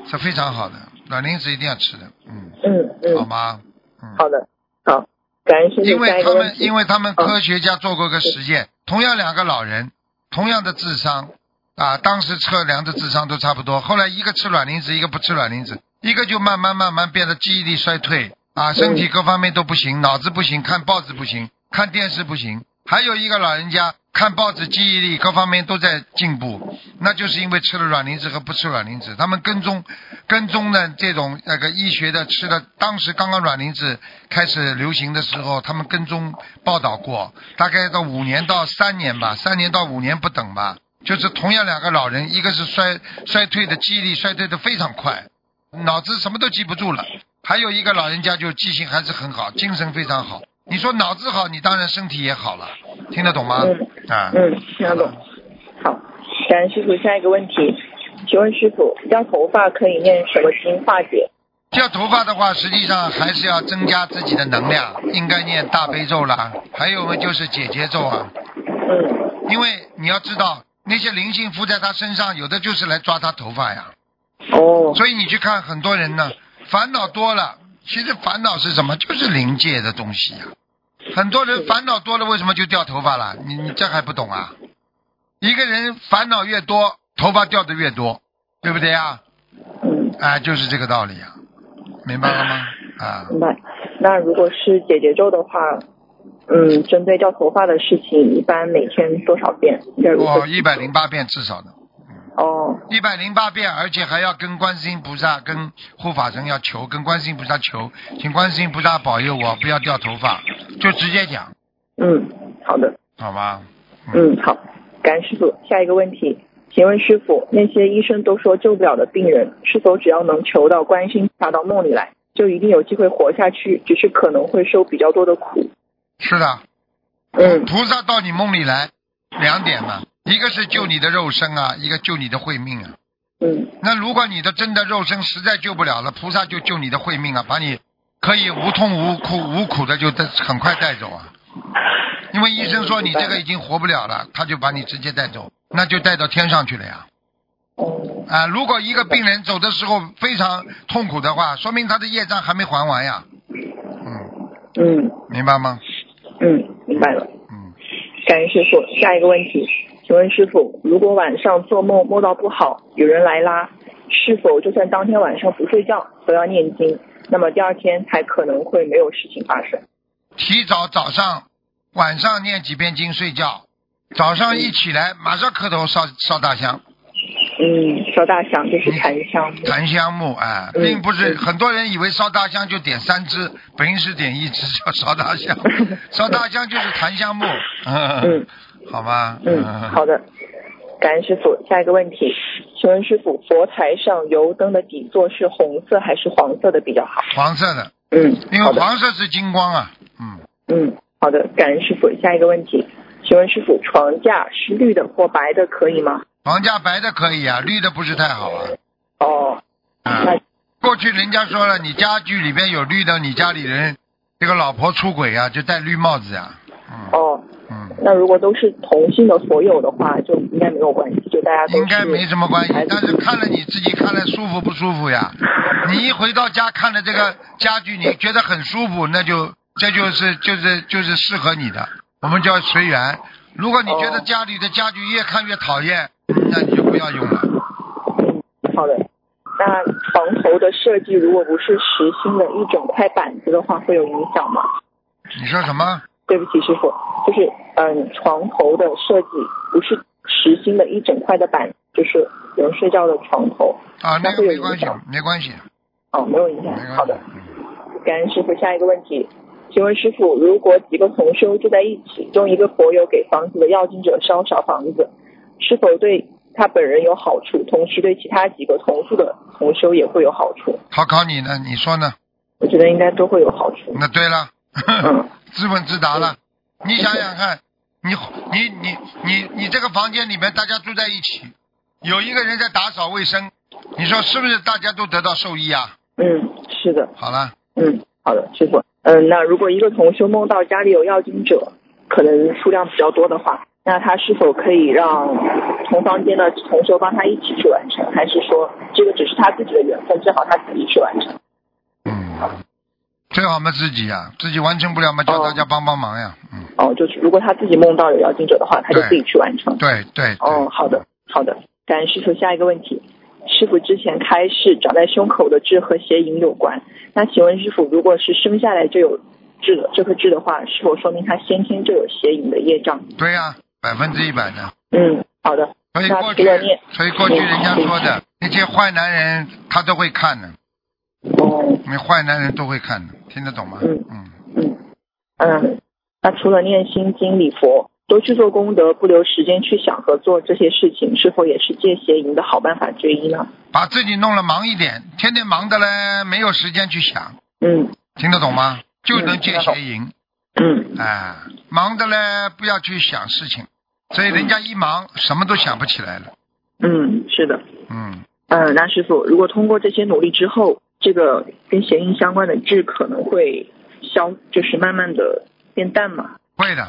Speaker 2: 是非常好的。卵磷脂一定要吃的，嗯，
Speaker 5: 嗯
Speaker 2: 好
Speaker 5: 嗯，
Speaker 2: 吗？嗯，
Speaker 5: 好的，好，感恩师
Speaker 2: 因
Speaker 5: 傅。下
Speaker 2: 为
Speaker 5: 一
Speaker 2: 他
Speaker 5: 个问
Speaker 2: 们
Speaker 5: 题。
Speaker 2: 因为他们
Speaker 5: 嗯
Speaker 2: 科学家做过个实验，同样两个老人，同样的智商啊，当时测量的智商都差不多，后来一个吃卵磷脂，一个不吃卵磷脂，一个就慢慢慢慢变得记忆力衰退啊，身体各方面都不行，脑子不行，看报纸不行，看电视不行，还有一个老人家看报纸记忆力各方面都在进步，那就是因为吃了卵磷脂和不吃卵磷脂，他们跟踪跟踪呢这种那个医学的吃的，当时刚刚卵磷脂开始流行的时候，他们跟踪报道过，大概到五年到三年吧，三年到五年不等吧，就是同样两个老人，一个是衰衰退的记忆力衰退的非常快，脑子什么都记不住了，还有一个老人家就记性还是很好，精神非常好。你说脑子好，你当然身体也好了，听得懂吗？啊，
Speaker 5: 嗯，听得懂。好，感恩师傅。下一个问题，请问师傅，掉头发可以念什么经化解？
Speaker 2: 掉头发的话，实际上还是要增加自己的能量，应该念大悲咒啦，还有呢就是解结咒啊，
Speaker 5: 嗯
Speaker 2: 因为你要知道那些灵性附在他身上，有的就是来抓他头发呀。
Speaker 5: 哦，
Speaker 2: 所以你去看很多人呢，烦恼多了，其实烦恼是什么？就是灵界的东西呀、啊很多人烦恼多了，为什么就掉头发了？你你这还不懂啊？一个人烦恼越多，头发掉的越多，对不对啊？
Speaker 5: 嗯，
Speaker 2: 啊，就是这个道理啊，明白了吗？啊，
Speaker 5: 明白。那如果是解结咒的话，嗯，针对掉头发的事情，一般每天多少遍？应该如何
Speaker 2: 我？哦一百零八遍至少的，
Speaker 5: 哦，
Speaker 2: 一百零八遍，而且还要跟观世音菩萨、跟护法神要求，跟观世音菩萨求，请观世音菩萨保佑我不要掉头发，就直接讲，
Speaker 5: 嗯，好的，
Speaker 2: 好吗？
Speaker 5: 嗯，好，感恩师傅。下一个问题，请问师傅，那些医生都说救不了的病人，是否只要能求到观心打到梦里来，就一定有机会活下去？只是可能会受比较多的苦。
Speaker 2: 是的，
Speaker 5: 嗯
Speaker 2: 菩萨到你梦里来，两点嘛，一个是救你的肉身啊，一个救你的慧命啊。
Speaker 5: 嗯
Speaker 2: 那如果你的真的肉身实在救不了了，菩萨就救你的慧命啊，把你可以无痛无苦无苦的就带很快带走啊。因为医生说你这个已经活不了了，他就把你直接带走，那就带到天上去了呀。
Speaker 5: 哦，
Speaker 2: 啊，如果一个病人走的时候非常痛苦的话，说明他的业障还没还完呀。嗯，
Speaker 5: 嗯
Speaker 2: 明白吗？
Speaker 5: 嗯，明白了。
Speaker 2: 嗯，
Speaker 5: 感恩师傅。下一个问题，请问师傅，如果晚上做梦梦到不好，有人来拉，是否就算当天晚上不睡觉都要念经？那么第二天才可能会没有事情发生。
Speaker 2: 提早早上、晚上念几遍经睡觉，早上一起来马上磕头烧烧大香、
Speaker 5: 嗯，烧大香就是檀香。
Speaker 2: 檀香木，哎，
Speaker 5: 嗯
Speaker 2: 并不是
Speaker 5: 嗯
Speaker 2: 很多人以为烧大香就点三支，本是点一支叫烧大
Speaker 5: [LAUGHS]
Speaker 2: 香，烧大香就是檀香木，嗯 [LAUGHS]
Speaker 5: 嗯，
Speaker 2: 好吗？
Speaker 5: 嗯，好的，感恩师傅。下一个问题，请问师傅，佛台上油灯的底座是红色还是黄色的比较好？
Speaker 2: 黄色的，
Speaker 5: 嗯，
Speaker 2: 因
Speaker 5: 好
Speaker 2: 为
Speaker 5: 的，
Speaker 2: 黄色是金光啊，嗯，
Speaker 5: 嗯，好的，感恩师傅。下一个问题，请问师傅，床架是绿的或白的可以吗？
Speaker 2: 黄加白的可以啊，绿的不是太好啊。
Speaker 5: 哦，
Speaker 2: 啊
Speaker 5: 那，
Speaker 2: 过去人家说了，你家具里边有绿的，你家里人这个老婆出轨啊，就戴绿帽子呀、嗯
Speaker 5: 哦，
Speaker 2: 嗯，
Speaker 5: 那如果都是同性的佛友的话，就应该没有关系，就大家都是
Speaker 2: 应该没什么关系
Speaker 5: 还，
Speaker 2: 但是看了你自己看了舒服不舒服呀？你一回到家看了这个家具，你觉得很舒服，那就这就是就是就是适合你的，我们叫随缘。如果你觉得
Speaker 5: 哦
Speaker 2: 家里的家具越看越讨厌，那你就不要用了。
Speaker 5: 好的，那床头的设计如果不是实心的一整块板子的话，会有影响吗？
Speaker 2: 你说什么？
Speaker 5: 对不起，师傅，就是嗯，床头的设计不是实心的一整块的板，就是人睡觉的床头。
Speaker 2: 啊，那
Speaker 5: 那
Speaker 2: 个没
Speaker 5: 会有影
Speaker 2: 关系
Speaker 5: 响，
Speaker 2: 没关系，
Speaker 5: 哦，没有影
Speaker 2: 没
Speaker 5: 响
Speaker 2: 关。系。
Speaker 5: 好的，感恩师傅。下一个问题，请问师傅，如果几个同修住在一起，中一个佛友给房子的要经者烧小房子，是否对他本人有好处，同时对其他几个同住的同修也会有好处？
Speaker 2: 考考你呢，你说呢？
Speaker 5: 我觉得应该都会有好处。
Speaker 2: 那对了，
Speaker 5: 嗯，
Speaker 2: 自问自答了。你想想看，你你你你你这个房间里面大家住在一起，有一个人在打扫卫生，你说是不是大家都得到受益啊？
Speaker 5: 嗯，是的。
Speaker 2: 好了，
Speaker 5: 嗯，好的，师傅。嗯，那如果一个同修梦到家里有要经者，可能数量比较多的话，那他是否可以让同房间的同修帮他一起去完成，还是说这个只是他自己的缘分，正好他自己去完成？
Speaker 2: 嗯，最好嘛自己呀、自己完成不了嘛，叫大家帮帮忙呀。嗯，
Speaker 5: 哦，就是如果他自己梦到有要经者的话，他就自己去完成。
Speaker 2: 对对对。
Speaker 5: 哦，好的，好的。感恩师傅，下一个问题。师傅之前开示长在胸口的痣和邪淫有关，那请问师傅，如果是生下来就有痣的这颗痣的话，是否说明他先天就有邪淫的业障？
Speaker 2: 对呀、百分之一百的。
Speaker 5: 嗯，好的，
Speaker 2: 所以
Speaker 5: 那
Speaker 2: 过去
Speaker 5: 除了念，
Speaker 2: 所以过去人家说
Speaker 5: 嗯
Speaker 2: 的那些坏男人，他都会看的，
Speaker 5: 哦，
Speaker 2: 那坏男人都会看的，听得懂吗？
Speaker 5: 嗯
Speaker 2: 嗯，
Speaker 5: 嗯嗯，那除了念心经、礼佛，多去做功德，不留时间去想和做这些事情，是否也是戒邪淫的好办法之一呢？
Speaker 2: 把自己弄了忙一点，天天忙的嘞，没有时间去想，
Speaker 5: 嗯
Speaker 2: 听得懂吗？就能
Speaker 5: 听
Speaker 2: 戒
Speaker 5: 得懂
Speaker 2: 邪淫，
Speaker 5: 嗯
Speaker 2: 哎，忙的嘞，不要去想事情，所以人家一忙，什么都想不起来了。
Speaker 5: 嗯，是的，
Speaker 2: 嗯，
Speaker 5: 嗯，那师傅，如果通过这些努力之后，这个跟邪淫相关的痣可能会消，就是慢慢的变淡嘛？
Speaker 2: 会的。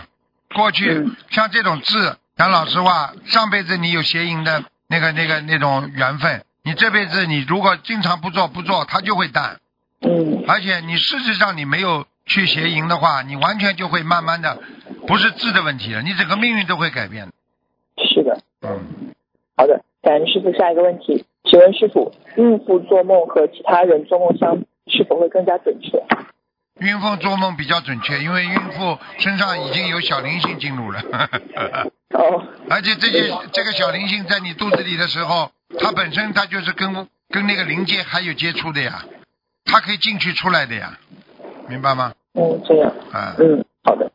Speaker 2: 过去
Speaker 5: 嗯
Speaker 2: 像这种痣，讲老实话，上辈子你有邪淫的那个、那个、那种缘分，你这辈子你如果经常不做不做，它就会淡。
Speaker 5: 嗯
Speaker 2: 而且你事实上你没有去邪淫的话，你完全就会慢慢的，不是质的问题了，你整个命运都会改变的。
Speaker 5: 是的，
Speaker 2: 嗯，
Speaker 5: 好的，感恩师傅。下一个问题，请问师傅，孕妇做梦和其他人做梦相比，是否会更加准确？
Speaker 2: 孕妇做梦比较准确，因为孕妇身上已经有小灵性进入了， [LAUGHS]
Speaker 5: 哦，
Speaker 2: 而且这些这个小灵性在你肚子里的时候，它本身它就是跟跟那个灵界还有接触的呀，它可以进去出来的呀，明白吗？
Speaker 5: 嗯，这样，
Speaker 2: 啊、
Speaker 5: 嗯，好的，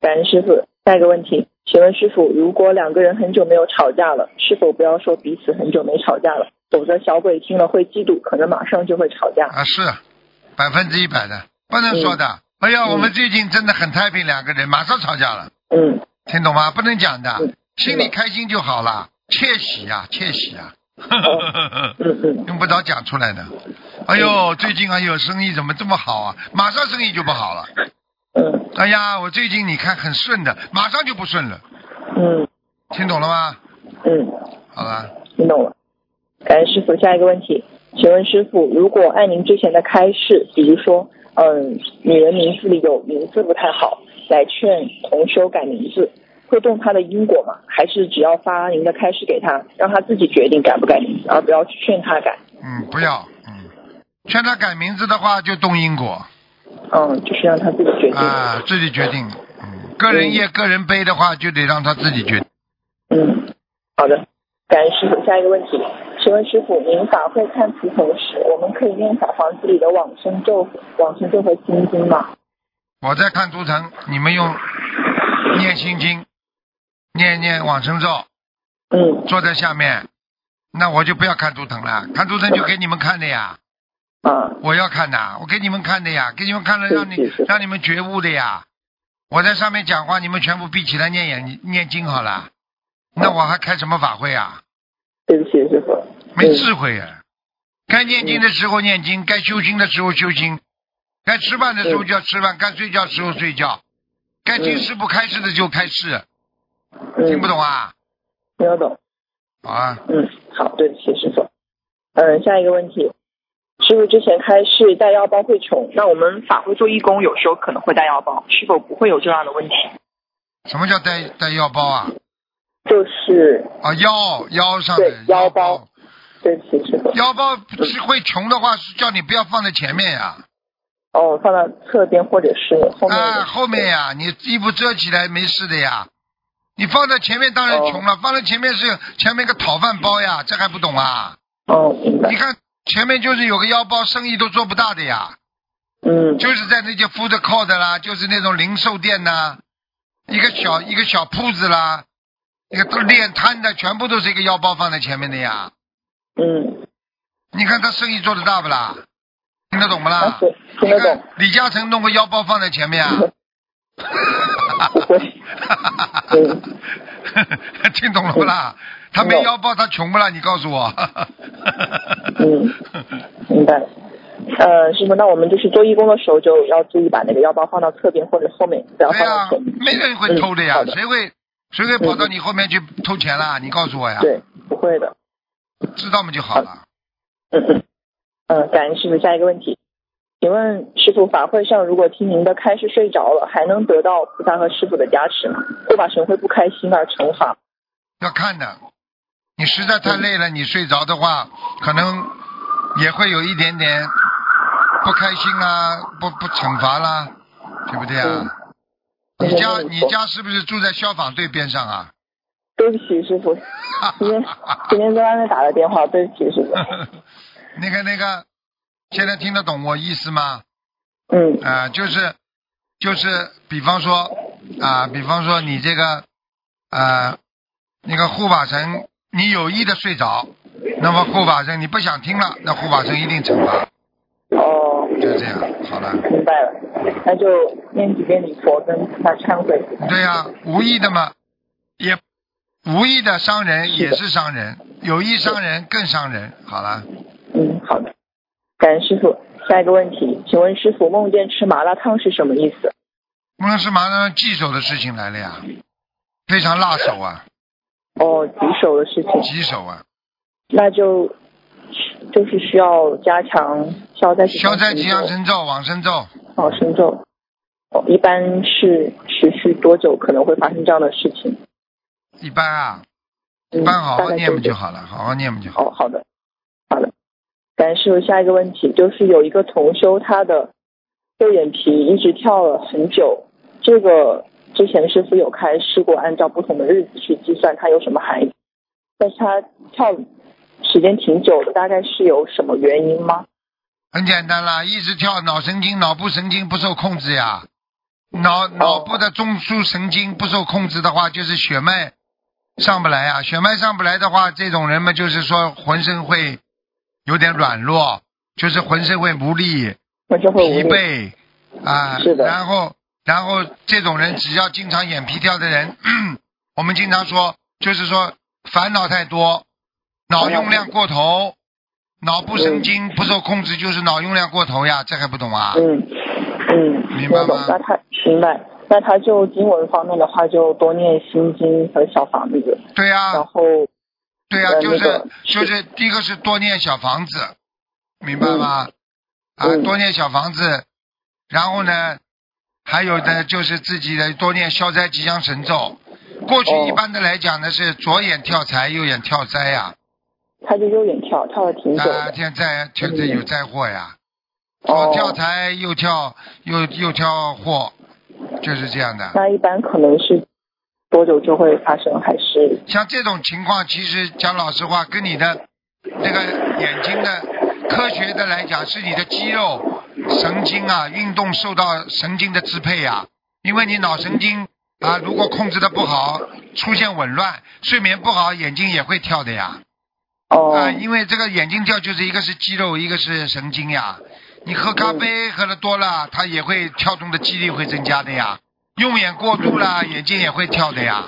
Speaker 5: 感恩师傅。下一个问题，请问师傅，如果两个人很久没有吵架了，是否不要说彼此很久没吵架了？否则小鬼听了会嫉妒，可能马上就会吵架。
Speaker 2: 啊，是百分之一百的，不能说的。哎呀，我们最近真的很太平，两个人马上吵架了。
Speaker 5: 嗯，
Speaker 2: 听懂吗？不能讲的
Speaker 5: 嗯，
Speaker 2: 心里开心就好了。窃喜呀、窃喜呀、 [LAUGHS]
Speaker 5: 嗯嗯
Speaker 2: 用不着讲出来的。哎呦，最近哎呦，生意怎么这么好啊？马上生意就不好了。
Speaker 5: 嗯
Speaker 2: 哎呀，我最近你看很顺的，马上就不顺了。
Speaker 5: 嗯
Speaker 2: 听懂了吗？
Speaker 5: 嗯，
Speaker 2: 好了，
Speaker 5: 听懂了。感恩师傅。下一个问题，请问师傅，如果按您之前的开示，比如说，嗯，女人名字里有名字不太好，来劝同修改名字，会动她的因果吗？还是只要发您的开示给她，让她自己决定改不改名字，而不要去劝她改？
Speaker 2: 嗯，不要，嗯，劝他改名字的话就动因果
Speaker 5: 嗯，就是让她自己决定。
Speaker 2: 啊，自己决定。嗯，个人业个人背的话就得让他自己决定。
Speaker 5: 嗯，好的，感恩师傅。下一个问题，请问师傅，您法会看图腾时，我们可以念小房子里的往生咒、往生咒和心经吗？
Speaker 2: 我在看图腾，你们用念心经，念念往生咒，
Speaker 5: 嗯，
Speaker 2: 坐在下面，那我就不要看图腾了，看图腾就给你们看的呀，
Speaker 5: 啊，
Speaker 2: 我要看的，我给你们看的呀，给你们看了
Speaker 5: 是
Speaker 2: 让你
Speaker 5: 是是
Speaker 2: 让你们觉悟的呀。我在上面讲话，你们全部闭起来念眼念经好了，那我还开什么法会啊？
Speaker 5: 对不起，师傅。嗯
Speaker 2: 没智慧啊！该念经的时候念经，该修心的时候修心，该吃饭的时候就要吃饭，该睡觉的时候睡觉，该听师傅开示的就开示，
Speaker 5: 嗯，
Speaker 2: 听不懂啊？
Speaker 5: 嗯，听得懂。
Speaker 2: 好啊，
Speaker 5: 嗯，好，对不起，师傅。嗯，下一个问题，师傅之前开示带腰包会穷，那我们法会做义工有时候可能会带腰包，是否不会有这样的问题？
Speaker 2: 什么叫带带腰包啊？
Speaker 5: 就是
Speaker 2: 啊，腰腰上的
Speaker 5: 对腰包，对不起，师傅。
Speaker 2: 腰包是会穷的话，是叫你不要放在前面呀、
Speaker 5: 哦，放到侧边或者是后面。
Speaker 2: 啊，后面呀、你衣服遮起来没事的呀。你放在前面当
Speaker 5: 哦
Speaker 2: 然穷了，放在前面是前面一个讨饭包呀，
Speaker 5: 嗯
Speaker 2: 这还不懂啊？
Speaker 5: 哦，明白
Speaker 2: 你。看前面就是有个腰包，生意都做不大的呀，
Speaker 5: 嗯，
Speaker 2: 就是在那些 food court 啦，就是那种零售店呐，一个小一个小铺子啦，一个练摊的，全部都是一个腰包放在前面的呀。
Speaker 5: 嗯，
Speaker 2: 你看他生意做得大不啦？听得懂不啦
Speaker 5: 啊？对听得懂。
Speaker 2: 李嘉诚弄个腰包放在前面啊。[LAUGHS]
Speaker 5: 不会。嗯
Speaker 2: 听懂了不
Speaker 5: [LAUGHS]
Speaker 2: 啦？他没
Speaker 5: 懂
Speaker 2: 腰包，他穷不啦？你告诉
Speaker 5: [LAUGHS]
Speaker 2: 我。
Speaker 5: 嗯明白了。呃，师傅，那我们就是做义工的时候就要注意把那个腰包放到侧边或者后面，不要
Speaker 2: 对
Speaker 5: 放
Speaker 2: 哎呀、
Speaker 5: 到前面。
Speaker 2: 没人会偷的呀，
Speaker 5: 嗯好的嗯
Speaker 2: 谁会谁会跑到你后面去偷钱啦？你告诉我呀，
Speaker 5: 对，不会的。
Speaker 2: 知道吗就好了。
Speaker 5: 嗯嗯。呃，感恩师傅。下一个问题，请问师傅，法会上如果听您的开示睡着了，还能得到菩萨和师傅的加持吗？会把神会不开心而惩罚？
Speaker 2: 要看的，你实在太累了，你睡着的话，可能也会有一点点不开心啦，不不惩罚啦，对不对啊
Speaker 5: 嗯？
Speaker 2: 你家
Speaker 5: 嗯
Speaker 2: 你家是不是住在消防队边上啊？ [LAUGHS]
Speaker 5: 对不起，师傅，今天今天在外面打了电话，对不起，师傅。
Speaker 2: 那个那个，现在听得懂我意思吗？
Speaker 5: 嗯
Speaker 2: 啊、就是就是，比方说啊、比方说你这个呃那个护法神，你有意的睡着，那么护法神你不想听了，那护法神一定惩罚，
Speaker 5: 哦，
Speaker 2: 就这样，好了。
Speaker 5: 明白了，那就念几遍礼佛跟菩萨忏悔。
Speaker 2: 对呀、无意的嘛，也无意的伤人也是伤人，有意伤人更伤人。好了，
Speaker 5: 嗯，好的，感恩师傅。下一个问题，请问师傅，梦见吃麻辣烫是什么意思？
Speaker 2: 那是马上棘手的事情来了呀，非常辣手啊，
Speaker 5: 哦，棘手的事情，
Speaker 2: 棘手啊，
Speaker 5: 那就就是需要加强消灾吉
Speaker 2: 消
Speaker 5: 祥
Speaker 2: 灾吉祥
Speaker 5: 神
Speaker 2: 神咒、往生咒，
Speaker 5: 咒哦神咒。哦，一般是持续多久可能会发生这样的事情？
Speaker 2: 一般啊，一
Speaker 5: 嗯，
Speaker 2: 般好
Speaker 5: 大
Speaker 2: 好
Speaker 5: 概
Speaker 2: 念
Speaker 5: 多
Speaker 2: 嘛
Speaker 5: 久
Speaker 2: 就好了，好好念嘛就好。
Speaker 5: 哦，好的，好的。感谢我下一个问题，就是有一个同修，他的右眼皮一直跳了很久，这个之前师傅有开示过，按照不同的日子去计算它有什么含义，但是他跳时间挺久的，大概是有什么原因吗？
Speaker 2: 很简单啦，一直跳脑神经、脑部神经不受控制呀，
Speaker 5: 哦
Speaker 2: 脑脑部的中枢神经不受控制的话，就是血脉上不来呀、血脉上不来的话，这种人们就是说浑身会有点软弱，就是浑身会无力、
Speaker 5: 我就会无
Speaker 2: 疲
Speaker 5: 力。
Speaker 2: 惫啊、
Speaker 5: 是的
Speaker 2: 然后，然后这种人只要经常眼皮跳的人， [CLEARS THROAT] 我们经常说，就是说烦恼太多，脑用量过头，脑部
Speaker 5: 嗯
Speaker 2: 神经不受控制，就是脑用量过头呀，这还不懂啊？
Speaker 5: 嗯嗯，
Speaker 2: 明白吗
Speaker 5: 我懂那他明白，那他就经文方面的话，就多念心经和小房子，
Speaker 2: 对啊呀、
Speaker 5: 然后
Speaker 2: 对呀、
Speaker 5: 呃
Speaker 2: 就
Speaker 5: 那
Speaker 2: 是
Speaker 5: 个
Speaker 2: 就是第一个是多念小房子，明白吗？啊，
Speaker 5: 嗯
Speaker 2: 多念小房子，然后呢，还有呢就是自己的多念消灾吉祥神咒。过去
Speaker 5: 哦
Speaker 2: 一般的来讲呢是左眼跳财，右眼跳灾呀，
Speaker 5: 他就右眼跳，跳了挺久的。
Speaker 2: 啊，现在现在有灾祸呀，
Speaker 5: 哦
Speaker 2: 左跳财，右跳右右跳祸，就是这样的。
Speaker 5: 那一般可能是多久就会发生，还是
Speaker 2: 像这种情况，其实讲老实话，跟你的那个眼睛的科学的来讲，是你的肌肉、神经啊，运动受到神经的支配呀、因为你脑神经啊，如果控制的不好，出现紊乱，睡眠不好，眼睛也会跳的呀。
Speaker 5: 哦、
Speaker 2: 啊，因为这个眼睛跳就是一个是肌肉，一个是神经呀。你喝咖啡喝的多了，它也会跳动的肌力会增加的呀。用眼过度了，眼睛也会跳的呀。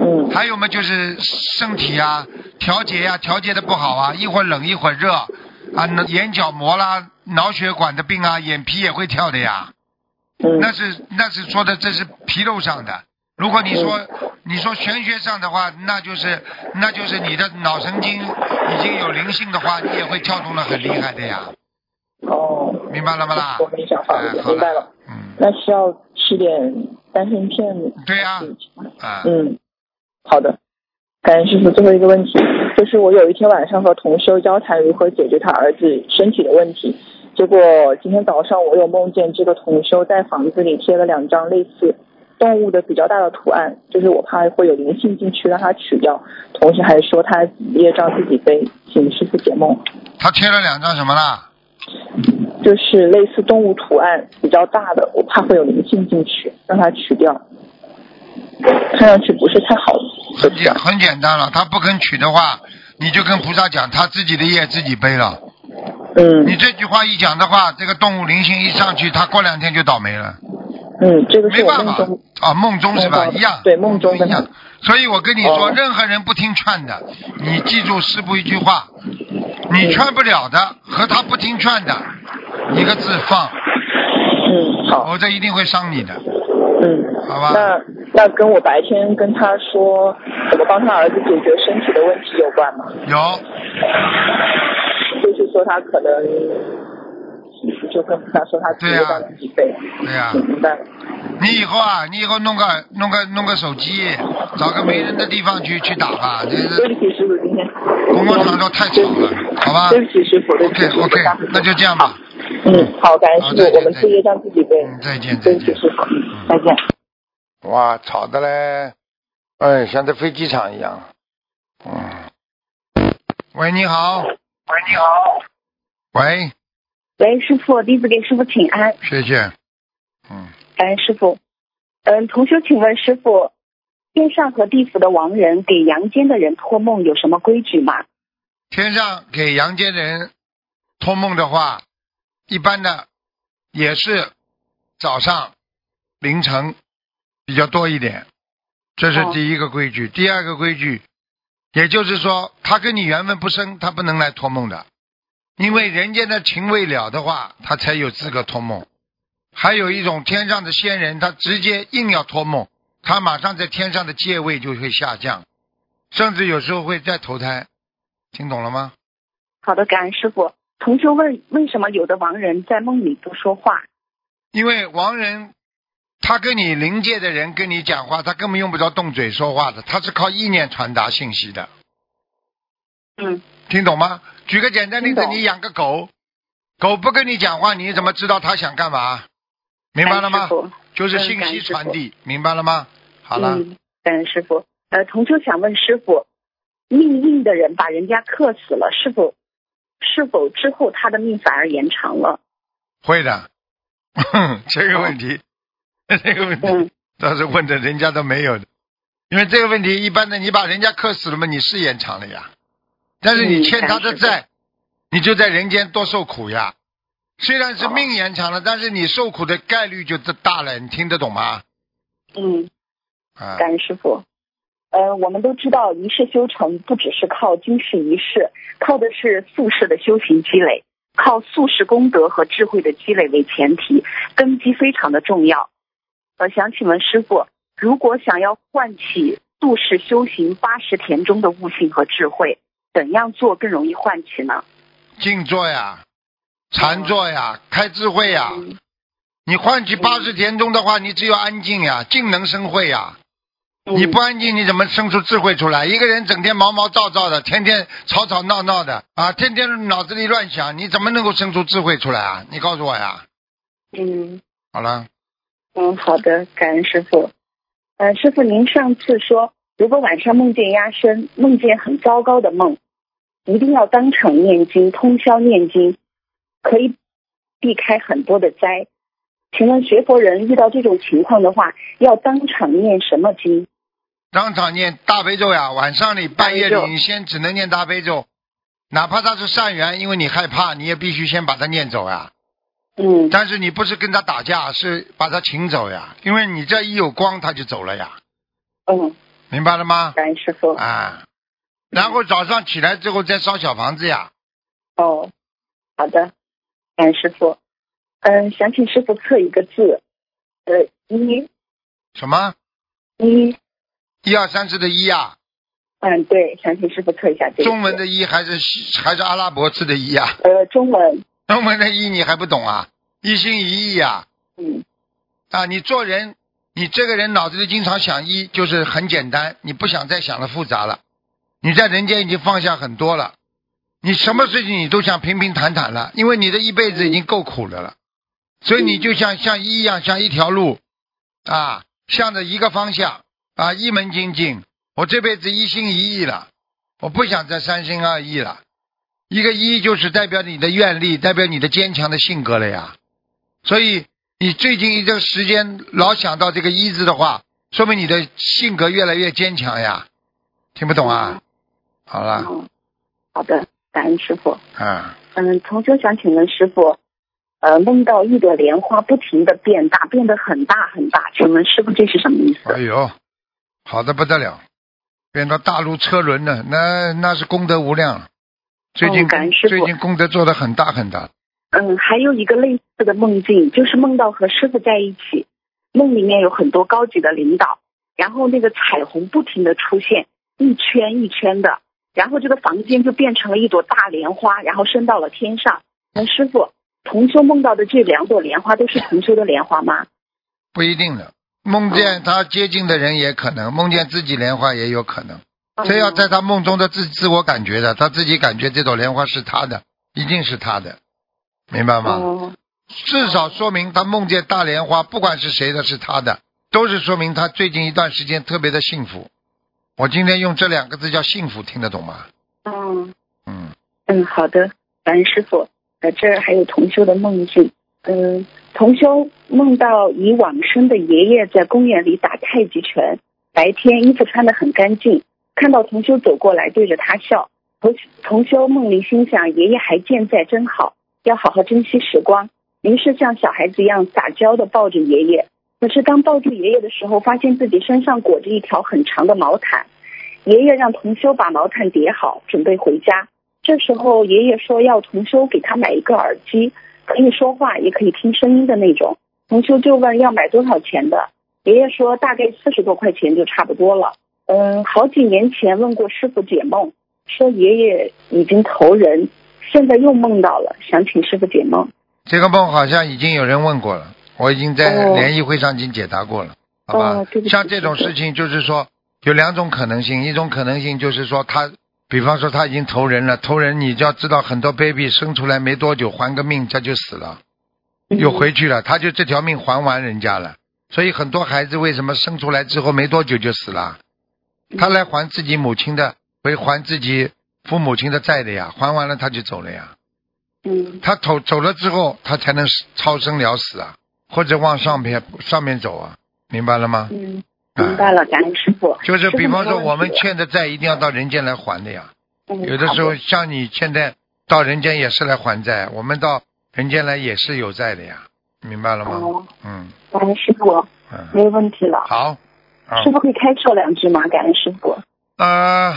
Speaker 5: 嗯
Speaker 2: 还有嘛，就是身体啊，调节呀、调节的不好啊，一会儿冷一会儿热啊，那眼角膜啦、脑血管的病啊，眼皮也会跳的呀。
Speaker 5: 嗯
Speaker 2: 那是那是说的，这是皮肉上的。如果你说
Speaker 5: 嗯
Speaker 2: 你说玄学上的话，那就是那就是你的脑神经已经有灵性的话，你也会跳动的很厉害的呀，
Speaker 5: 哦，
Speaker 2: 明白了吗啦
Speaker 5: 我？没想法，
Speaker 2: 哎，好
Speaker 5: 明白了。，
Speaker 2: 嗯，
Speaker 5: 那需要吃点丹参片。
Speaker 2: 对呀
Speaker 5: 嗯
Speaker 2: 啊，
Speaker 5: 嗯，好的。感恩师傅，最后一个问题就是我有一天晚上和同修交谈如何解决他儿子身体的问题，结果今天早上我有梦见这个同修在房子里贴了两张类似动物的比较大的图案，就是我怕会有灵性进去，让他取掉，同时还说他业障自己背，请师傅解梦，
Speaker 2: 他贴了两张什么啦？
Speaker 5: 就是类似动物图案比较大的，我怕会有灵性进去，让他取掉，看上去不是太好，就
Speaker 2: 很
Speaker 5: 这样
Speaker 2: 简。很简单了，他不肯取的话，你就跟菩萨讲，他自己的业自己背了。
Speaker 5: 嗯
Speaker 2: 你这句话一讲的话，这个动物灵性一上去，他过两天就倒霉了，
Speaker 5: 嗯，这个
Speaker 2: 没
Speaker 5: 是我
Speaker 2: 办
Speaker 5: 梦
Speaker 2: 法
Speaker 5: 中
Speaker 2: 啊，梦中是吧？
Speaker 5: 梦中的
Speaker 2: 一样，
Speaker 5: 对梦中的
Speaker 2: 一样。所以我跟你说，
Speaker 5: 哦
Speaker 2: 任何人不听劝的，你记住师傅一句话，你劝不了的和他不听劝的，一个字放，
Speaker 5: 嗯，好，
Speaker 2: 否则一定会伤你的，
Speaker 5: 嗯，
Speaker 2: 好吧？
Speaker 5: 那那跟我白天跟他说怎么帮他儿子解决身体的问题有关吗？
Speaker 2: 有，
Speaker 5: 就是说他可能就跟他说他自己
Speaker 2: 对啊
Speaker 5: 让自己背，
Speaker 2: 对呀、
Speaker 5: 嗯明白了？
Speaker 2: 你以后啊，你以后弄个弄个弄个手机，找个没人的地方去去打吧。这
Speaker 5: 对
Speaker 2: 是
Speaker 5: 不起，师傅，今天
Speaker 2: 公共场所太吵了，好吧
Speaker 5: 对不起，师傅，对不起
Speaker 2: ？OK
Speaker 5: 师傅，
Speaker 2: OK，那就这样吧。
Speaker 5: 嗯，好，感恩师
Speaker 2: 好再见
Speaker 5: 傅，我们自己让自己背，
Speaker 2: 嗯，再见
Speaker 5: 对
Speaker 2: 再
Speaker 5: 不起
Speaker 2: 见。
Speaker 5: 师傅，嗯，再见。
Speaker 2: 哇，吵的嘞，哎，像在飞机场一样。嗯。喂，你好。喂，你好。喂，
Speaker 6: 喂，师傅，弟子给师傅请安，
Speaker 2: 谢谢。嗯，
Speaker 6: 感恩师傅。嗯，同修，请问师傅，天上和地府的亡人给阳间的人托梦有什么规矩吗？
Speaker 2: 天上给阳间人托梦的话，一般的也是早上凌晨比较多一点，这是
Speaker 6: 哦
Speaker 2: 第一个规矩。第二个规矩，也就是说，他跟你缘分不深，他不能来托梦的，因为人间的情未了的话，他才有资格托梦。还有一种天上的仙人，他直接硬要托梦，他马上在天上的界位就会下降，甚至有时候会再投胎。听懂了吗？
Speaker 6: 好的，感恩师傅。同修问，为什么有的亡人在梦里不说话？
Speaker 2: 因为亡人，他跟你灵界的人跟你讲话，他根本用不着动嘴说话的，他是靠意念传达信息的。
Speaker 6: 嗯，
Speaker 2: 听懂吗？举个简单例子
Speaker 6: 听，懂
Speaker 2: 你养个狗，狗不跟你讲话，你怎么知道它想干嘛？明白了
Speaker 6: 感恩
Speaker 2: 吗
Speaker 6: 师？傅
Speaker 2: 就是
Speaker 6: 嗯
Speaker 2: 信
Speaker 6: 感
Speaker 2: 息
Speaker 6: 恩师
Speaker 2: 传
Speaker 6: 傅
Speaker 2: 递，明白了吗？好了，
Speaker 6: 嗯，感恩师傅。呃，同修想问师傅，命硬的人把人家克死了，是否是否之后他的命反而延长了？
Speaker 2: 会的。 [LAUGHS] 这个问题，这个问题
Speaker 6: 嗯，
Speaker 2: 倒是问的人家都没有的，因为这个问题一般的，你把人家克死了嘛，你是延长了呀，但是你
Speaker 6: 嗯
Speaker 2: 欠他的
Speaker 6: 但是
Speaker 2: 债，你就在人间多受苦呀。虽然是
Speaker 6: 哦
Speaker 2: 命延长了，但是你受苦的概率就大了，你听得懂吗？
Speaker 6: 嗯，
Speaker 2: 啊，
Speaker 6: 感恩师傅。呃，我们都知道一世修成不只是靠今世一世，靠的是宿世的修行积累，靠宿世功德和智慧的积累为前提，根基非常的重要。呃，想请问师傅，如果想要唤起宿世修行八十田中的悟性和智慧，怎样做更容易唤起呢？
Speaker 2: 静坐呀，禅坐呀，开智慧呀。
Speaker 6: 嗯
Speaker 2: 你换取八十田中的话，你只有安静呀，静能生慧呀。
Speaker 6: 嗯
Speaker 2: 你不安静，你怎么生出智慧出来？一个人整天毛毛躁躁的，天天吵吵闹闹的啊，天天脑子里乱想，你怎么能够生出智慧出来啊？你告诉我呀。
Speaker 6: 嗯，
Speaker 2: 好了，
Speaker 6: 嗯，好的，感恩师傅。呃，师傅，您上次说，如果晚上梦见压身，梦见很糟糕的梦，一定要当场念经，通宵念经，可以避开很多的灾。请问学佛人遇到这种情况的话，要当场念什么经？
Speaker 2: 当场念大悲咒呀，晚上你半夜
Speaker 6: 大
Speaker 2: 里
Speaker 6: 悲咒
Speaker 2: 你先只能念大悲咒，哪怕它是善缘，因为你害怕，你也必须先把它念走呀。
Speaker 6: 嗯
Speaker 2: 但是你不是跟他打架，是把他请走呀，因为你这一有光他就走了呀，
Speaker 6: 嗯，
Speaker 2: 明白了吗？
Speaker 6: 感恩师傅。
Speaker 2: 啊，然后早上起来之后再烧小房子呀，
Speaker 6: 哦，好的，感恩师傅。嗯，想请师傅测一个字，呃，一
Speaker 2: 什么
Speaker 6: 一，
Speaker 2: 一二三四的一呀，
Speaker 6: 嗯，对，想请师傅测一下这个字。
Speaker 2: 中文的一还是西还是阿拉伯字的一呀？
Speaker 6: 呃，中文，
Speaker 2: 中文的一你还不懂啊？一心一意呀、
Speaker 6: 嗯
Speaker 2: 啊，你做人，你这个人脑子里经常想一，就是很简单，你不想再想了复杂了。你在人间已经放下很多了，你什么事情你都想平平坦坦了，因为你的一辈子已经够苦的了，所以你就像像一样，像一条路啊，向着一个方向啊，一门精进。我这辈子一心一意了，我不想再三心二意了。一个一就是代表你的愿力，代表你的坚强的性格了呀。所以你最近一段时间老想到这个一字的话，说明你的性格越来越坚强呀。听不懂啊？好了，
Speaker 6: 嗯，好的，感恩师傅。
Speaker 2: 啊，
Speaker 6: 嗯，同修想请问师傅，呃，梦到一朵莲花不停的变大，变得很大很大，请问师傅这是什么意思？
Speaker 2: 哎呦，好的不得了，变到大如车轮了，那那是功德无量了。最近、
Speaker 6: 哦感恩师父
Speaker 2: 最近功德做得很大很大，
Speaker 6: 嗯，还有一个类似的梦境，就是梦到和师傅在一起，梦里面有很多高级的领导，然后那个彩虹不停的出现，一圈一圈的，然后这个房间就变成了一朵大莲花，然后升到了天上。嗯，师傅，同修梦到的这两朵莲花都是同修的莲花吗？
Speaker 2: 不一定的。梦
Speaker 6: 哦
Speaker 2: 见他接近的人也可能，梦见自己莲花也有可能。
Speaker 6: 哦
Speaker 2: 这要在他梦中的自自我感觉的，他自己感觉这朵莲花是他的，一定是他的，明白吗？
Speaker 6: 哦
Speaker 2: 至少说明他梦见大莲花，不管是谁的，是他的，都是说明他最近一段时间特别的幸福。我今天用这两个字叫幸福，听得懂吗？
Speaker 6: 嗯。
Speaker 2: 嗯，
Speaker 6: 嗯，好的，感恩师傅。呃，这儿还有同修的梦境。嗯，同修梦到已往生的爷爷在公园里打太极拳，白天衣服穿得很干净，看到同修走过来对着他笑。同同修梦里心想，爷爷还健在真好，要好好珍惜时光。于是像小孩子一样撒娇的抱着爷爷。可是当抱住爷爷的时候，发现自己身上裹着一条很长的毛毯。爷爷让同修把毛毯叠好，准备回家。这时候爷爷说要同修给他买一个耳机，可以说话也可以听声音的那种。同修就问要买多少钱的，爷爷说大概四十多块钱就差不多了。嗯，好几年前问过师傅解梦，说爷爷已经投人，现在又梦到了，想请师傅解梦。
Speaker 2: 这个梦好像已经有人问过了，我已经在
Speaker 6: 哦
Speaker 2: 联谊会上已经解答过了，好吧？
Speaker 6: 哦对不起
Speaker 2: 像这种事情，就是说有两种可能性，一种可能性就是说他，比方说他已经投人了，投人你就要知道，很多 baby 生出来没多久还个命，他就死了。又回去了，他就这条命还完人家了。所以很多孩子为什么生出来之后没多久就死了？他来还自己母亲的，为还自己父母亲的债的呀，还完了他就走了呀。
Speaker 6: 嗯
Speaker 2: 他走走了之后，他才能超生了死啊，或者往上面上面走啊，明白了吗？啊
Speaker 6: 嗯，
Speaker 2: 哎
Speaker 6: 明白了，感恩师傅。
Speaker 2: 就是比方说我们
Speaker 6: 去
Speaker 2: 欠的债一定要到人间来还的呀。
Speaker 6: 嗯
Speaker 2: 有的时候像你现在到人间也是来还债，我们到人间来也是有债的呀，明白了吗？
Speaker 6: 哦，
Speaker 2: 嗯
Speaker 6: 感恩师傅
Speaker 2: 嗯。
Speaker 6: 没问题了。
Speaker 2: 好，啊
Speaker 6: 师，傅可以开车两只吗？感恩师傅，
Speaker 2: 呃，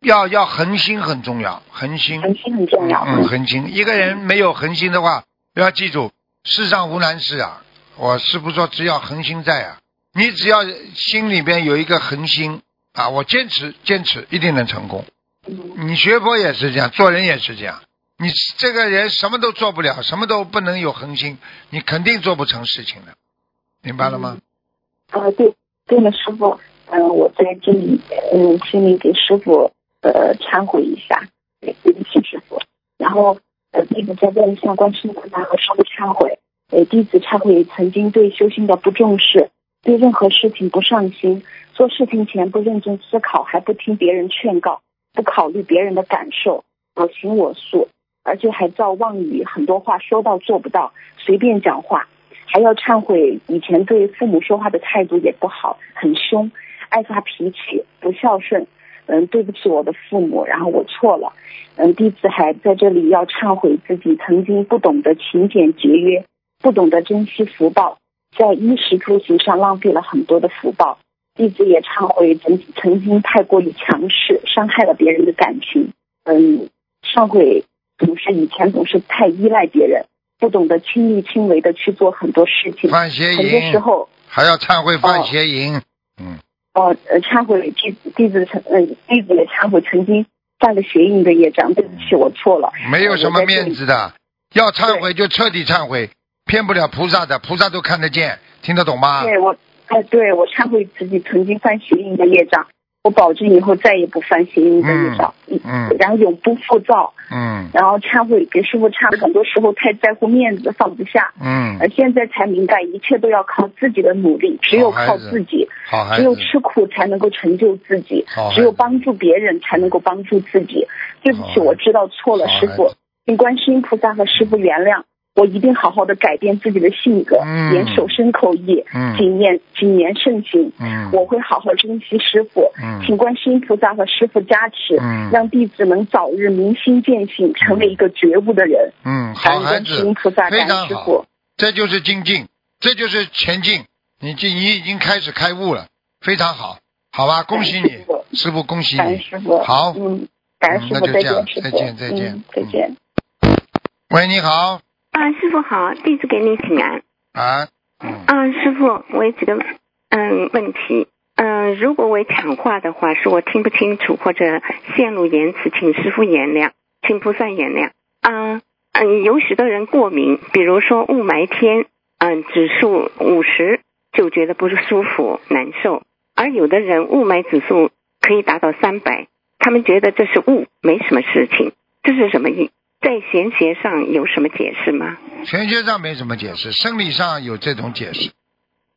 Speaker 2: 要要恒心很重要，恒心，
Speaker 6: 恒心很重要。
Speaker 2: 嗯，恒心。一个人没有恒心的话，要记住，世上无难事啊。我师傅说，只要恒心在啊，你只要心里边有一个恒心啊，我坚持坚持，一定能成功。
Speaker 6: 嗯
Speaker 2: 你学佛也是这样，做人也是这样。你这个人什么都做不了，什么都不能有恒心，你肯定做不成事情的，明白了吗？
Speaker 6: 呃，对，对了，师傅，嗯、我在这里，嗯、心里给师傅呃忏悔一下，对对不起师傅。然后呃，弟子再问一下观世音菩萨和师傅忏悔，呃，弟子忏悔曾经对修行的不重视，对任何事情不上心，做事情前不认真思考，还不听别人劝告，不考虑别人的感受，我行我素，而且还造妄语，很多话说到做不到，随便讲话。还要忏悔以前对父母说话的态度也不好，很凶，爱发脾气，不孝顺。嗯，对不起我的父母，然后我错了。嗯，弟子还在这里要忏悔自己曾经不懂得勤俭节约，不懂得珍惜福报，在衣食住行上浪费了很多的福报。弟子也忏悔曾曾经太过于强势，伤害了别人的感情。嗯，忏悔总是以前总是太依赖别人，不懂得亲力亲为的去做很多事情。
Speaker 2: 犯邪
Speaker 6: 嗯很多时
Speaker 2: 淫，
Speaker 6: 候，
Speaker 2: 还要忏悔犯
Speaker 6: 哦
Speaker 2: 邪淫，嗯，
Speaker 6: 呃呃，忏悔弟子弟子曾呃弟子也忏悔曾经犯了邪淫的业障，对不
Speaker 2: 嗯
Speaker 6: 起，我错了。
Speaker 2: [LAUGHS] 没有什么面子的，要忏悔就彻底忏悔，骗不了菩萨的，菩萨都看得见，听得懂吗？
Speaker 6: 呃对我，哎、对我忏悔自己曾经犯邪淫的业障，我保证以后再也不犯邪淫跟业障，
Speaker 2: 嗯
Speaker 6: 然后永不复造，
Speaker 2: 嗯
Speaker 6: 然后忏悔给师傅忏悔，很多时候太在乎面子放不下，
Speaker 2: 嗯，
Speaker 6: 而现在才明白一切都要靠自己的努力，只有靠自己，
Speaker 2: 好孩
Speaker 6: 只
Speaker 2: 子哦
Speaker 6: 有，吃苦才能够成就自己
Speaker 2: 好孩，子
Speaker 6: 只有帮助别人才能够帮助自己。对不
Speaker 2: 好
Speaker 6: 起，我知道错了，
Speaker 2: 好
Speaker 6: 师
Speaker 2: 哦孩
Speaker 6: 傅
Speaker 2: 子，
Speaker 6: 请观世音菩萨和师傅原谅。我一定好好的改变自己的性格，
Speaker 2: 嗯
Speaker 6: 严守身口意，
Speaker 2: 嗯
Speaker 6: 谨念谨言慎行。
Speaker 2: 嗯，
Speaker 6: 我会好好珍惜师傅，
Speaker 2: 嗯
Speaker 6: 请观世音菩萨和师傅加持，
Speaker 2: 嗯
Speaker 6: 让弟子能早日明心见性，成为一个觉悟的人。
Speaker 2: 嗯，
Speaker 6: 感
Speaker 2: 好
Speaker 6: 恩
Speaker 2: 孩
Speaker 6: 观世
Speaker 2: 子
Speaker 6: 音菩萨，
Speaker 2: 非
Speaker 6: 感
Speaker 2: 常
Speaker 6: 恩师
Speaker 2: 好，
Speaker 6: 傅。
Speaker 2: 这就是精进，这就是前进。你这你已经开始开悟了，非常好，好吧？恭喜
Speaker 6: 感
Speaker 2: 你
Speaker 6: 恩师，傅
Speaker 2: 师傅恭喜
Speaker 6: 感恩
Speaker 2: 你。
Speaker 6: 师傅。
Speaker 2: 好
Speaker 6: 嗯，感恩师
Speaker 2: 嗯那
Speaker 6: 傅，
Speaker 2: 就
Speaker 6: 再
Speaker 2: 这样
Speaker 6: 见，师
Speaker 2: 再
Speaker 6: 傅，
Speaker 2: 见再见
Speaker 6: 嗯，再见。
Speaker 2: 喂，你好
Speaker 7: 啊，师傅好，弟子给你请安。
Speaker 2: 啊，嗯
Speaker 7: 啊，师傅，我有几个嗯问题。嗯，如果我抢话的话，是我听不清楚或者线路延迟，请师傅原谅，请菩萨原谅。嗯嗯，有许多人过敏，比如说雾霾天，嗯，指数五十就觉得不是舒服难受，而有的人雾霾指数可以达到三百，他们觉得这是雾，没什么事情，这是什么意？在玄学上有什么解释吗？
Speaker 2: 玄学上没什么解释，生理上有这种解释。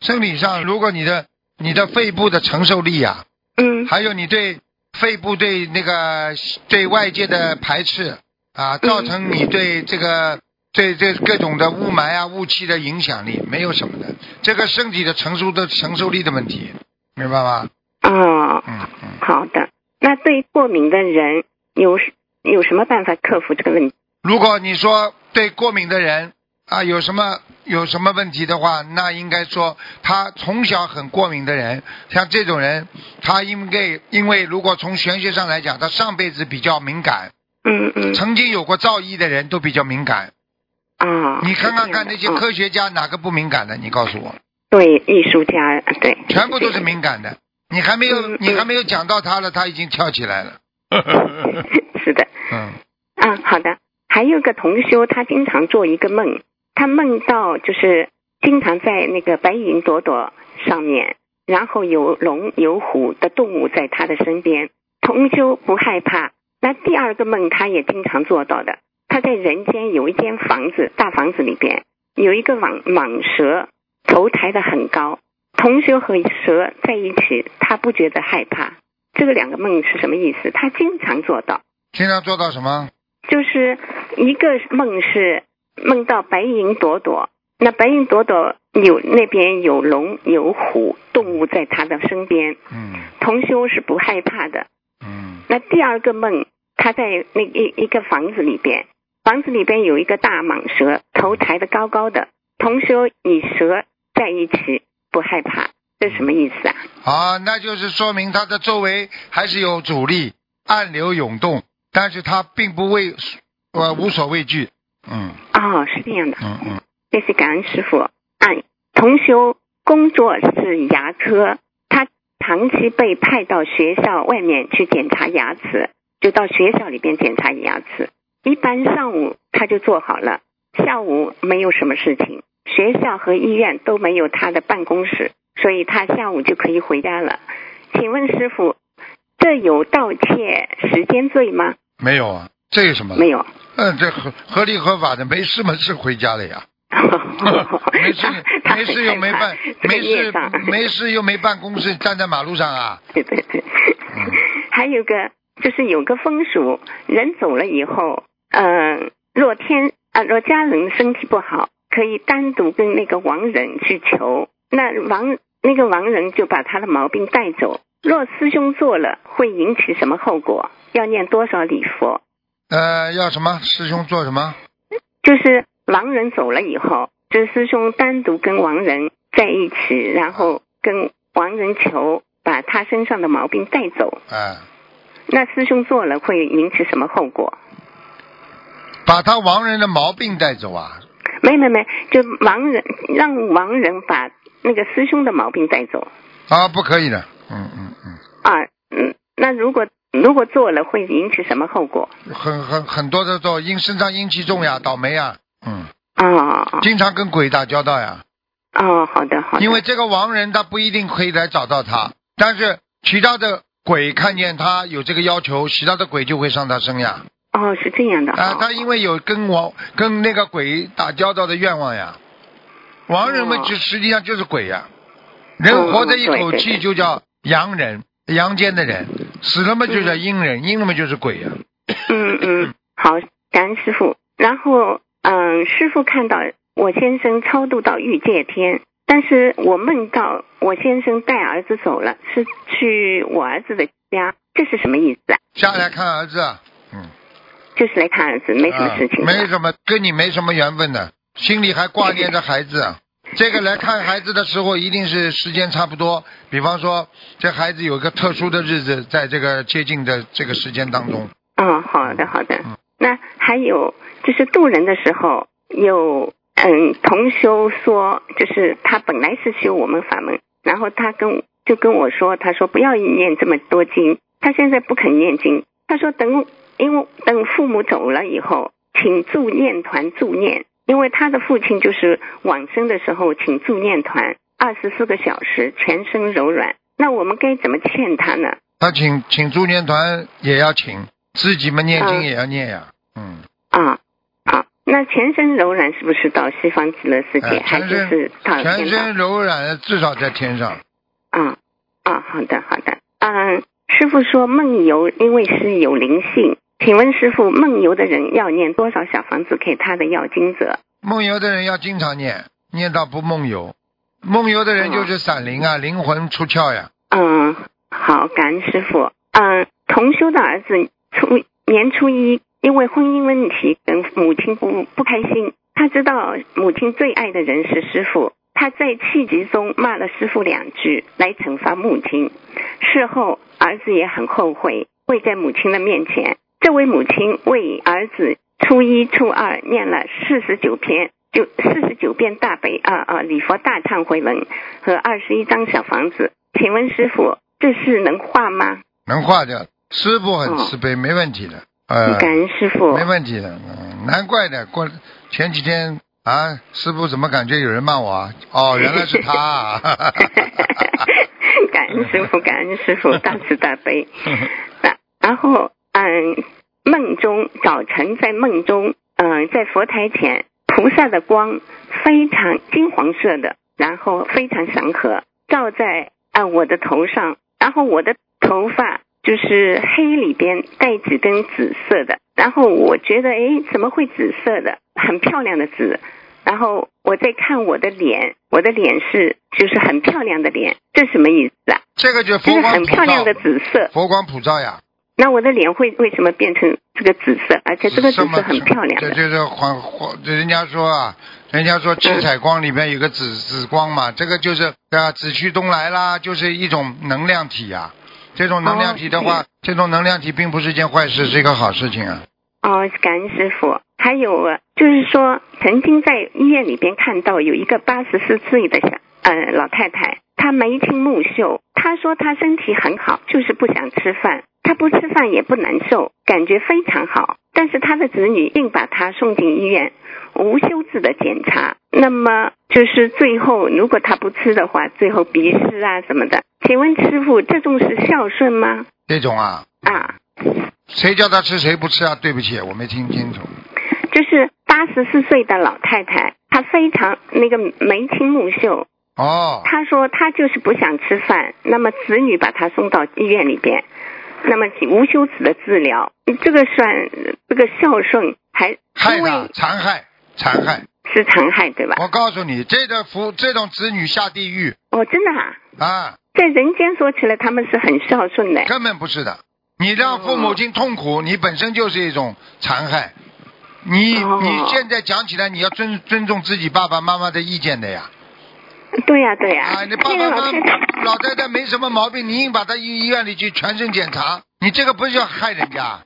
Speaker 2: 生理上，如果你的你的肺部的承受力呀、
Speaker 7: 嗯，
Speaker 2: 还有你对肺部对那个对外界的排斥啊，造成你对这个对这各种的雾霾啊、雾气的影响力，没有什么的，这个身体的承受的承受力的问题，明白吗？
Speaker 7: 哦，
Speaker 2: 嗯嗯，
Speaker 7: 好的。那对过敏的人有有什么办法克服这个问题？
Speaker 2: 如果你说对过敏的人啊有什么有什么问题的话，那应该说他从小很过敏的人，像这种人，他因为因为如果从玄学上来讲，他上辈子比较敏感，
Speaker 7: 嗯嗯，
Speaker 2: 曾经有过造诣的人都比较敏感。
Speaker 7: 啊、
Speaker 2: 你看看看那
Speaker 7: 是这
Speaker 2: 些
Speaker 7: 样的哦
Speaker 2: 科学家哪个不敏感的？你告诉我，
Speaker 7: 对艺术家，对，
Speaker 2: 全部都是敏感的。你还没有
Speaker 7: 嗯
Speaker 2: 你
Speaker 7: 嗯
Speaker 2: 还没有讲到他了，他已经跳起来了。
Speaker 7: [LAUGHS] 是的。
Speaker 2: 嗯
Speaker 7: 啊，好的。还有个同修，他经常做一个梦，他梦到就是经常在那个白云朵朵上面，然后有龙有虎的动物在他的身边，同修不害怕。那第二个梦他也经常做到的，他在人间有一间房子，大房子里边有一个蟒蟒蛇，头抬得很高，同修和蛇在一起，他不觉得害怕。这个两个梦是什么意思？他经常做到。
Speaker 2: 经常做到什么？
Speaker 7: 就是一个梦是梦到白云朵朵，那白云朵朵有那边有龙有虎动物在他的身边，
Speaker 2: 嗯
Speaker 7: 同修是不害怕的。
Speaker 2: 嗯
Speaker 7: 那第二个梦，他在那一一个房子里边，房子里边有一个大蟒蛇，头抬得高高的，同修与蛇在一起不害怕，这什么意思啊？
Speaker 2: 啊，那就是说明他的周围还是有阻力，暗流涌动，但是他并不畏，呃，无所畏惧。嗯
Speaker 7: 哦，是这样的。
Speaker 2: 嗯嗯，
Speaker 7: 谢谢感恩师傅。啊，同修工作是牙科，他长期被派到学校外面去检查牙齿，就到学校里边检查牙齿。一般上午他就做好了，下午没有什么事情，学校和医院都没有他的办公室，所以他下午就可以回家了。请问师傅，这有盗窃时间罪吗？
Speaker 2: 没有啊，这有什么？
Speaker 7: 没有。
Speaker 2: 嗯，这合合理合法的，没事嘛是回家了呀。 [LAUGHS] 没
Speaker 7: [LAUGHS] 没
Speaker 2: 事，没事又没办，没事没事又没办公室，站在马路上啊。
Speaker 7: [LAUGHS] 对对对，还有个就是有个风俗，人走了以后，呃，若天啊、若家人身体不好，可以单独跟那个亡人去求，那亡那个亡人就把他的毛病带走。若师兄做了，会引起什么后果？要念多少礼佛？
Speaker 2: 呃，要什么？师兄做什么？
Speaker 7: 就是亡人走了以后，就是师兄单独跟亡人在一起，然后跟亡人求把他身上的毛病带走。
Speaker 2: 哎、
Speaker 7: 那师兄做了会引起什么后果？
Speaker 2: 把他亡人的毛病带走啊！
Speaker 7: 没没没，就亡人让亡人把那个师兄的毛病带走
Speaker 2: 啊，不可以的。嗯嗯嗯，
Speaker 7: 啊。嗯，那如果如果做了会引起什么后果？
Speaker 2: 很很很多的都因身上阴气重呀，倒霉呀。嗯，
Speaker 7: 哦
Speaker 2: 经常跟鬼打交道呀。
Speaker 7: 哦，好的好的。
Speaker 2: 因为这个亡人他不一定可以来找到他，但是其他的鬼看见他有这个要求，其他的鬼就会上他身呀。
Speaker 7: 哦，是这样的。
Speaker 2: 啊，
Speaker 7: 哦
Speaker 2: 他因为有跟我跟那个鬼打交道的愿望呀。亡人们
Speaker 7: 哦
Speaker 2: 就实际上就是鬼呀，人活着一口
Speaker 7: 嗯对对
Speaker 2: 气
Speaker 7: 对
Speaker 2: 就叫阳人，阳间的人；死了嘛就叫阴人，阴了嘛就是鬼呀。
Speaker 7: 嗯嗯，好，感恩师傅。然后，嗯，师傅看到我先生超度到御界天，但是我梦到我先生带儿子走了，是去我儿子的家，这是什么意思啊？
Speaker 2: 下来看儿子啊，嗯，
Speaker 7: 就是来看儿子，没什么事情、
Speaker 2: 啊没。什么，跟你没什么缘分的，心里还挂念着孩子啊。这个来看孩子的时候，一定是时间差不多，比方说这孩子有一个特殊的日子，在这个接近的这个时间当中，
Speaker 7: 嗯，好的好的
Speaker 2: 嗯。
Speaker 7: 那还有就是渡人的时候，有嗯同修说，就是他本来是修我们法门，然后他跟就跟我说，他说不要念这么多经，他现在不肯念经，他说等因为等父母走了以后，请助念团助念，因为他的父亲就是往生的时候，请助念团二十四个小时，全身柔软。那我们该怎么劝他呢？
Speaker 2: 他请请助念团也要请，自己们念经
Speaker 7: 嗯
Speaker 2: 也要念呀，嗯。
Speaker 7: 啊啊，那全身柔软是不是到西方极乐世界，
Speaker 2: 哎
Speaker 7: 还
Speaker 2: 全身
Speaker 7: 是是到
Speaker 2: 全
Speaker 7: 啊天堂
Speaker 2: 身？柔软，至少在天上。
Speaker 7: 啊啊，好的好的。嗯，师傅说梦游因为是有灵性，请问师傅梦游的人要念多少小房子给他的要经者？
Speaker 2: 梦游的人要经常念，念到不梦游。梦游的人就是闪灵啊，灵魂出窍呀。
Speaker 7: 嗯，好，感恩师傅。嗯，同修的儿子初年初一因为婚姻问题跟母亲不不开心，他知道母亲最爱的人是师傅，他在气急中骂了师傅两句来惩罚母亲。事后儿子也很后悔，跪在母亲的面前。这位母亲为儿子初一、初二念了四十九篇，就四十九遍大悲啊啊礼佛大忏悔文和二十一张小房子。请问师傅，这是能化吗？
Speaker 2: 能化掉。师傅
Speaker 7: 嗯
Speaker 2: 很慈悲，没问题的。呃，
Speaker 7: 感恩师傅
Speaker 2: 没。问题的。嗯，难怪的。过前几天啊，师傅怎么感觉有人骂我啊？哦，原来是他、
Speaker 7: [LAUGHS]
Speaker 2: 啊。
Speaker 7: 感恩师傅，感恩师傅，大慈大悲。然然后，嗯，梦中早晨在梦中，嗯，在佛台前，菩萨的光非常金黄色的，然后非常祥和，照在啊、我的头上，然后我的头发就是黑里边带几根紫色的，然后我觉得诶，怎么会紫色的？很漂亮的紫，然后我再看我的脸，我的脸是就是很漂亮的脸，这什么意思啊？
Speaker 2: 这个就是
Speaker 7: 就
Speaker 2: 佛
Speaker 7: 是
Speaker 2: 光
Speaker 7: 很
Speaker 2: 普
Speaker 7: 漂亮
Speaker 2: 照啊
Speaker 7: 的，紫色。
Speaker 2: 佛光普照呀。
Speaker 7: 那我的脸会为什么变成这个紫色？而且这个紫色很漂亮
Speaker 2: 这
Speaker 7: 的。嗯
Speaker 2: 就是黄黄，人家说啊，人家说七彩光里面有个紫紫光嘛，这个就是啊，紫去东来啦，就是一种能量体呀、这种能量体的话，
Speaker 7: 哦
Speaker 2: 这种能量体并不是件坏事，是一个好事情啊。
Speaker 7: 哦，感恩师傅。还有啊就是说，曾经在医院里边看到有一个八十四岁的小呃老太太，她眉清目秀，她说她身体很好，就是不想吃饭，她不吃饭也不难受，感觉非常好。但是她的子女硬把她送进医院，无休止的检查。那么就是最后，如果她不吃的话，最后鼻屎啊什么的。请问师傅，这种是孝顺吗？
Speaker 2: 这种啊，
Speaker 7: 啊，
Speaker 2: 谁叫他吃谁不吃啊？对不起，我没听清楚。
Speaker 7: 就是八十四岁的老太太，她非常那个眉清目秀。
Speaker 2: 哦，
Speaker 7: 她说她就是不想吃饭，那么子女把她送到医院里边，那么无休止的治疗，这个算这个孝顺还
Speaker 2: 害
Speaker 7: 因
Speaker 2: 他
Speaker 7: 为，
Speaker 2: 残害，残害。
Speaker 7: 是残害对吧？
Speaker 2: 我告诉你，这个福这种子女下地狱
Speaker 7: 哦，真的啊，
Speaker 2: 啊，
Speaker 7: 在人间说起来他们是很孝顺的。
Speaker 2: 根本不是的。你让父母亲痛
Speaker 7: 嗯
Speaker 2: 苦，你本身就是一种残害。你、
Speaker 7: 哦
Speaker 2: 你现在讲起来，你要尊尊重自己爸爸妈妈的意见的呀。
Speaker 7: 对呀、对呀、
Speaker 2: 啊，你爸
Speaker 7: 那
Speaker 2: 爸妈
Speaker 7: 哎个老太太，
Speaker 2: 妈老太太没什么毛病，你硬把她医医院里去全身检查，你这个不是要害人家？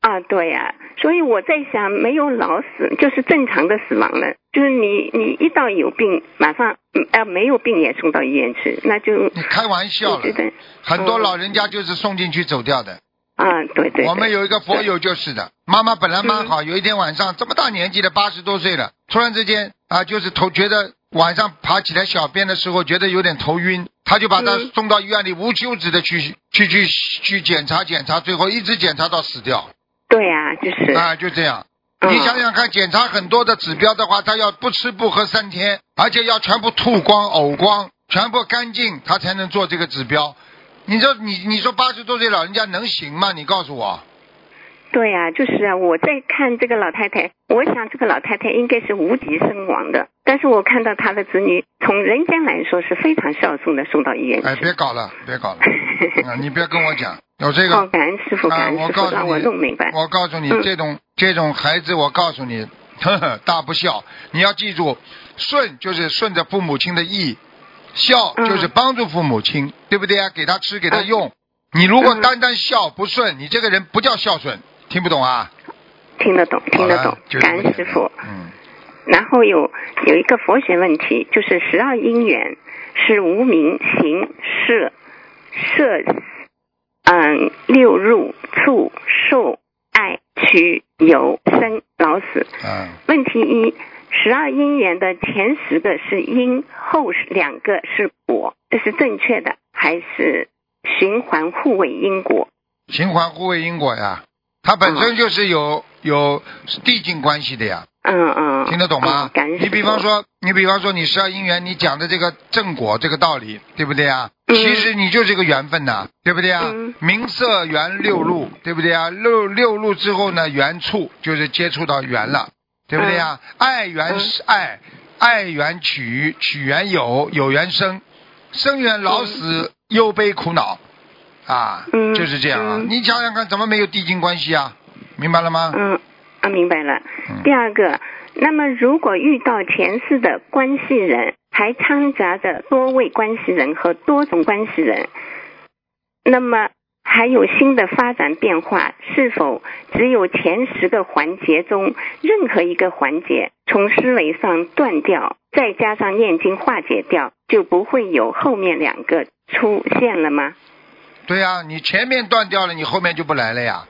Speaker 7: 啊，对呀、所以我在想，没有老死就是正常的死亡了。就是你你一到有病，马上嗯啊没有病也送到医院去，那就
Speaker 2: 你开玩嗯笑
Speaker 7: 我
Speaker 2: 了
Speaker 7: 觉。得
Speaker 2: 很
Speaker 7: 嗯
Speaker 2: 多老人家就是送进去走掉的。
Speaker 7: 啊，对对对
Speaker 2: 我们有一个佛友就是
Speaker 7: [LAUGHS]
Speaker 2: 的，妈妈本来蛮好，有一天晚上这么大年纪了，八十多岁了，突然之间啊，就是头觉得晚上爬起来小便的时候觉得有点头晕，他就把他
Speaker 7: 嗯
Speaker 2: 送到医院里无休止的去去去去检查检查，最后一直检查到死掉
Speaker 7: 对呀、就是，
Speaker 2: 啊，就这样。
Speaker 7: 嗯
Speaker 2: 你想想看，检查很多的指标的话，他要不吃不喝三天，而且要全部吐光、呕光，全部干净，他才能做这个指标。你说你你说八十多岁老人家能行吗？你告诉我，
Speaker 7: 对呀、就是啊，我在看这个老太太，我想这个老太太应该是无疾身亡的，但是我看到她的子女，从人间来说是非常孝顺的，送到医院去。
Speaker 2: 哎，别搞了，别搞了，
Speaker 7: [LAUGHS]
Speaker 2: 啊，你别跟我讲有这个
Speaker 7: 哦，感恩师傅，
Speaker 2: 啊
Speaker 7: 感恩
Speaker 2: 我
Speaker 7: 师
Speaker 2: 告
Speaker 7: 傅，
Speaker 2: 诉
Speaker 7: 让我
Speaker 2: 你
Speaker 7: 弄明白。
Speaker 2: 我告诉你，
Speaker 7: 嗯
Speaker 2: 这种这种孩子，我告诉你，呵呵，大不孝。你要记住，顺就是顺着父母亲的意，孝
Speaker 7: 嗯
Speaker 2: 就是帮助父母亲，对不对啊？给他吃，给他
Speaker 7: 嗯
Speaker 2: 用。你如果
Speaker 7: 嗯
Speaker 2: 单单孝不顺，你这个人不叫孝顺，听不懂啊？
Speaker 7: 听得懂，听得
Speaker 2: 好
Speaker 7: 懂
Speaker 2: 了，就，是
Speaker 7: 感
Speaker 2: 这么
Speaker 7: 恩师
Speaker 2: 简单
Speaker 7: 傅。
Speaker 2: 嗯，
Speaker 7: 然后有有一个佛学问题，就是十二因缘是无名、行、识、色，嗯，六入、触、受、爱、取、有、生、老死。
Speaker 2: 嗯，
Speaker 7: 问题一：十二因缘的前十个是因，后十两个是果，这是正确的还是循环互为因果？
Speaker 2: 循环互为因果呀，它
Speaker 7: 嗯
Speaker 2: 本身就是有、有递进关系的呀。
Speaker 7: 嗯嗯，
Speaker 2: 听得懂吗
Speaker 7: 嗯？感恩师
Speaker 2: 你比方
Speaker 7: 父，
Speaker 2: 说，你比方说，你十二因缘，你讲的这个正果这个道理，对不对啊？
Speaker 7: 嗯
Speaker 2: 其实你就是个缘分呐、对不对啊
Speaker 7: 嗯？
Speaker 2: 名色缘六路，对不对啊？六六路之后呢，缘处就是接触到缘了，对不对啊？
Speaker 7: 嗯
Speaker 2: 爱缘是爱，爱缘取，取缘有，有缘生，生缘老死，忧悲苦恼，啊，
Speaker 7: 嗯
Speaker 2: 就是这样啊。
Speaker 7: 嗯
Speaker 2: 你想想看，怎么没有递进关系啊？明白了吗？
Speaker 7: 嗯啊，明白了。
Speaker 2: 嗯
Speaker 7: 第二个，那么如果遇到前世的关系人，还掺杂着多位关系人和多种关系人，那么还有新的发展变化，是否只有前十个环节中任何一个环节从思维上断掉，再加上念经化解掉，就不会有后面两个出现了吗？
Speaker 2: 对呀、你前面断掉了，你后面就不来了呀。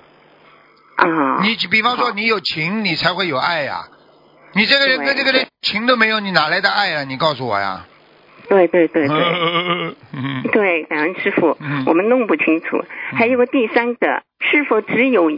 Speaker 7: 啊、
Speaker 2: 你比方说你有情，你才会有爱呀、你这个人
Speaker 7: 对
Speaker 2: 跟这个人情都没有，你哪来的爱呀、你告诉我呀。
Speaker 7: 对对对对。
Speaker 2: 嗯
Speaker 7: [LAUGHS] 对，感恩师傅，
Speaker 2: 嗯
Speaker 7: 我们弄不清楚。还有个第三个，是否只有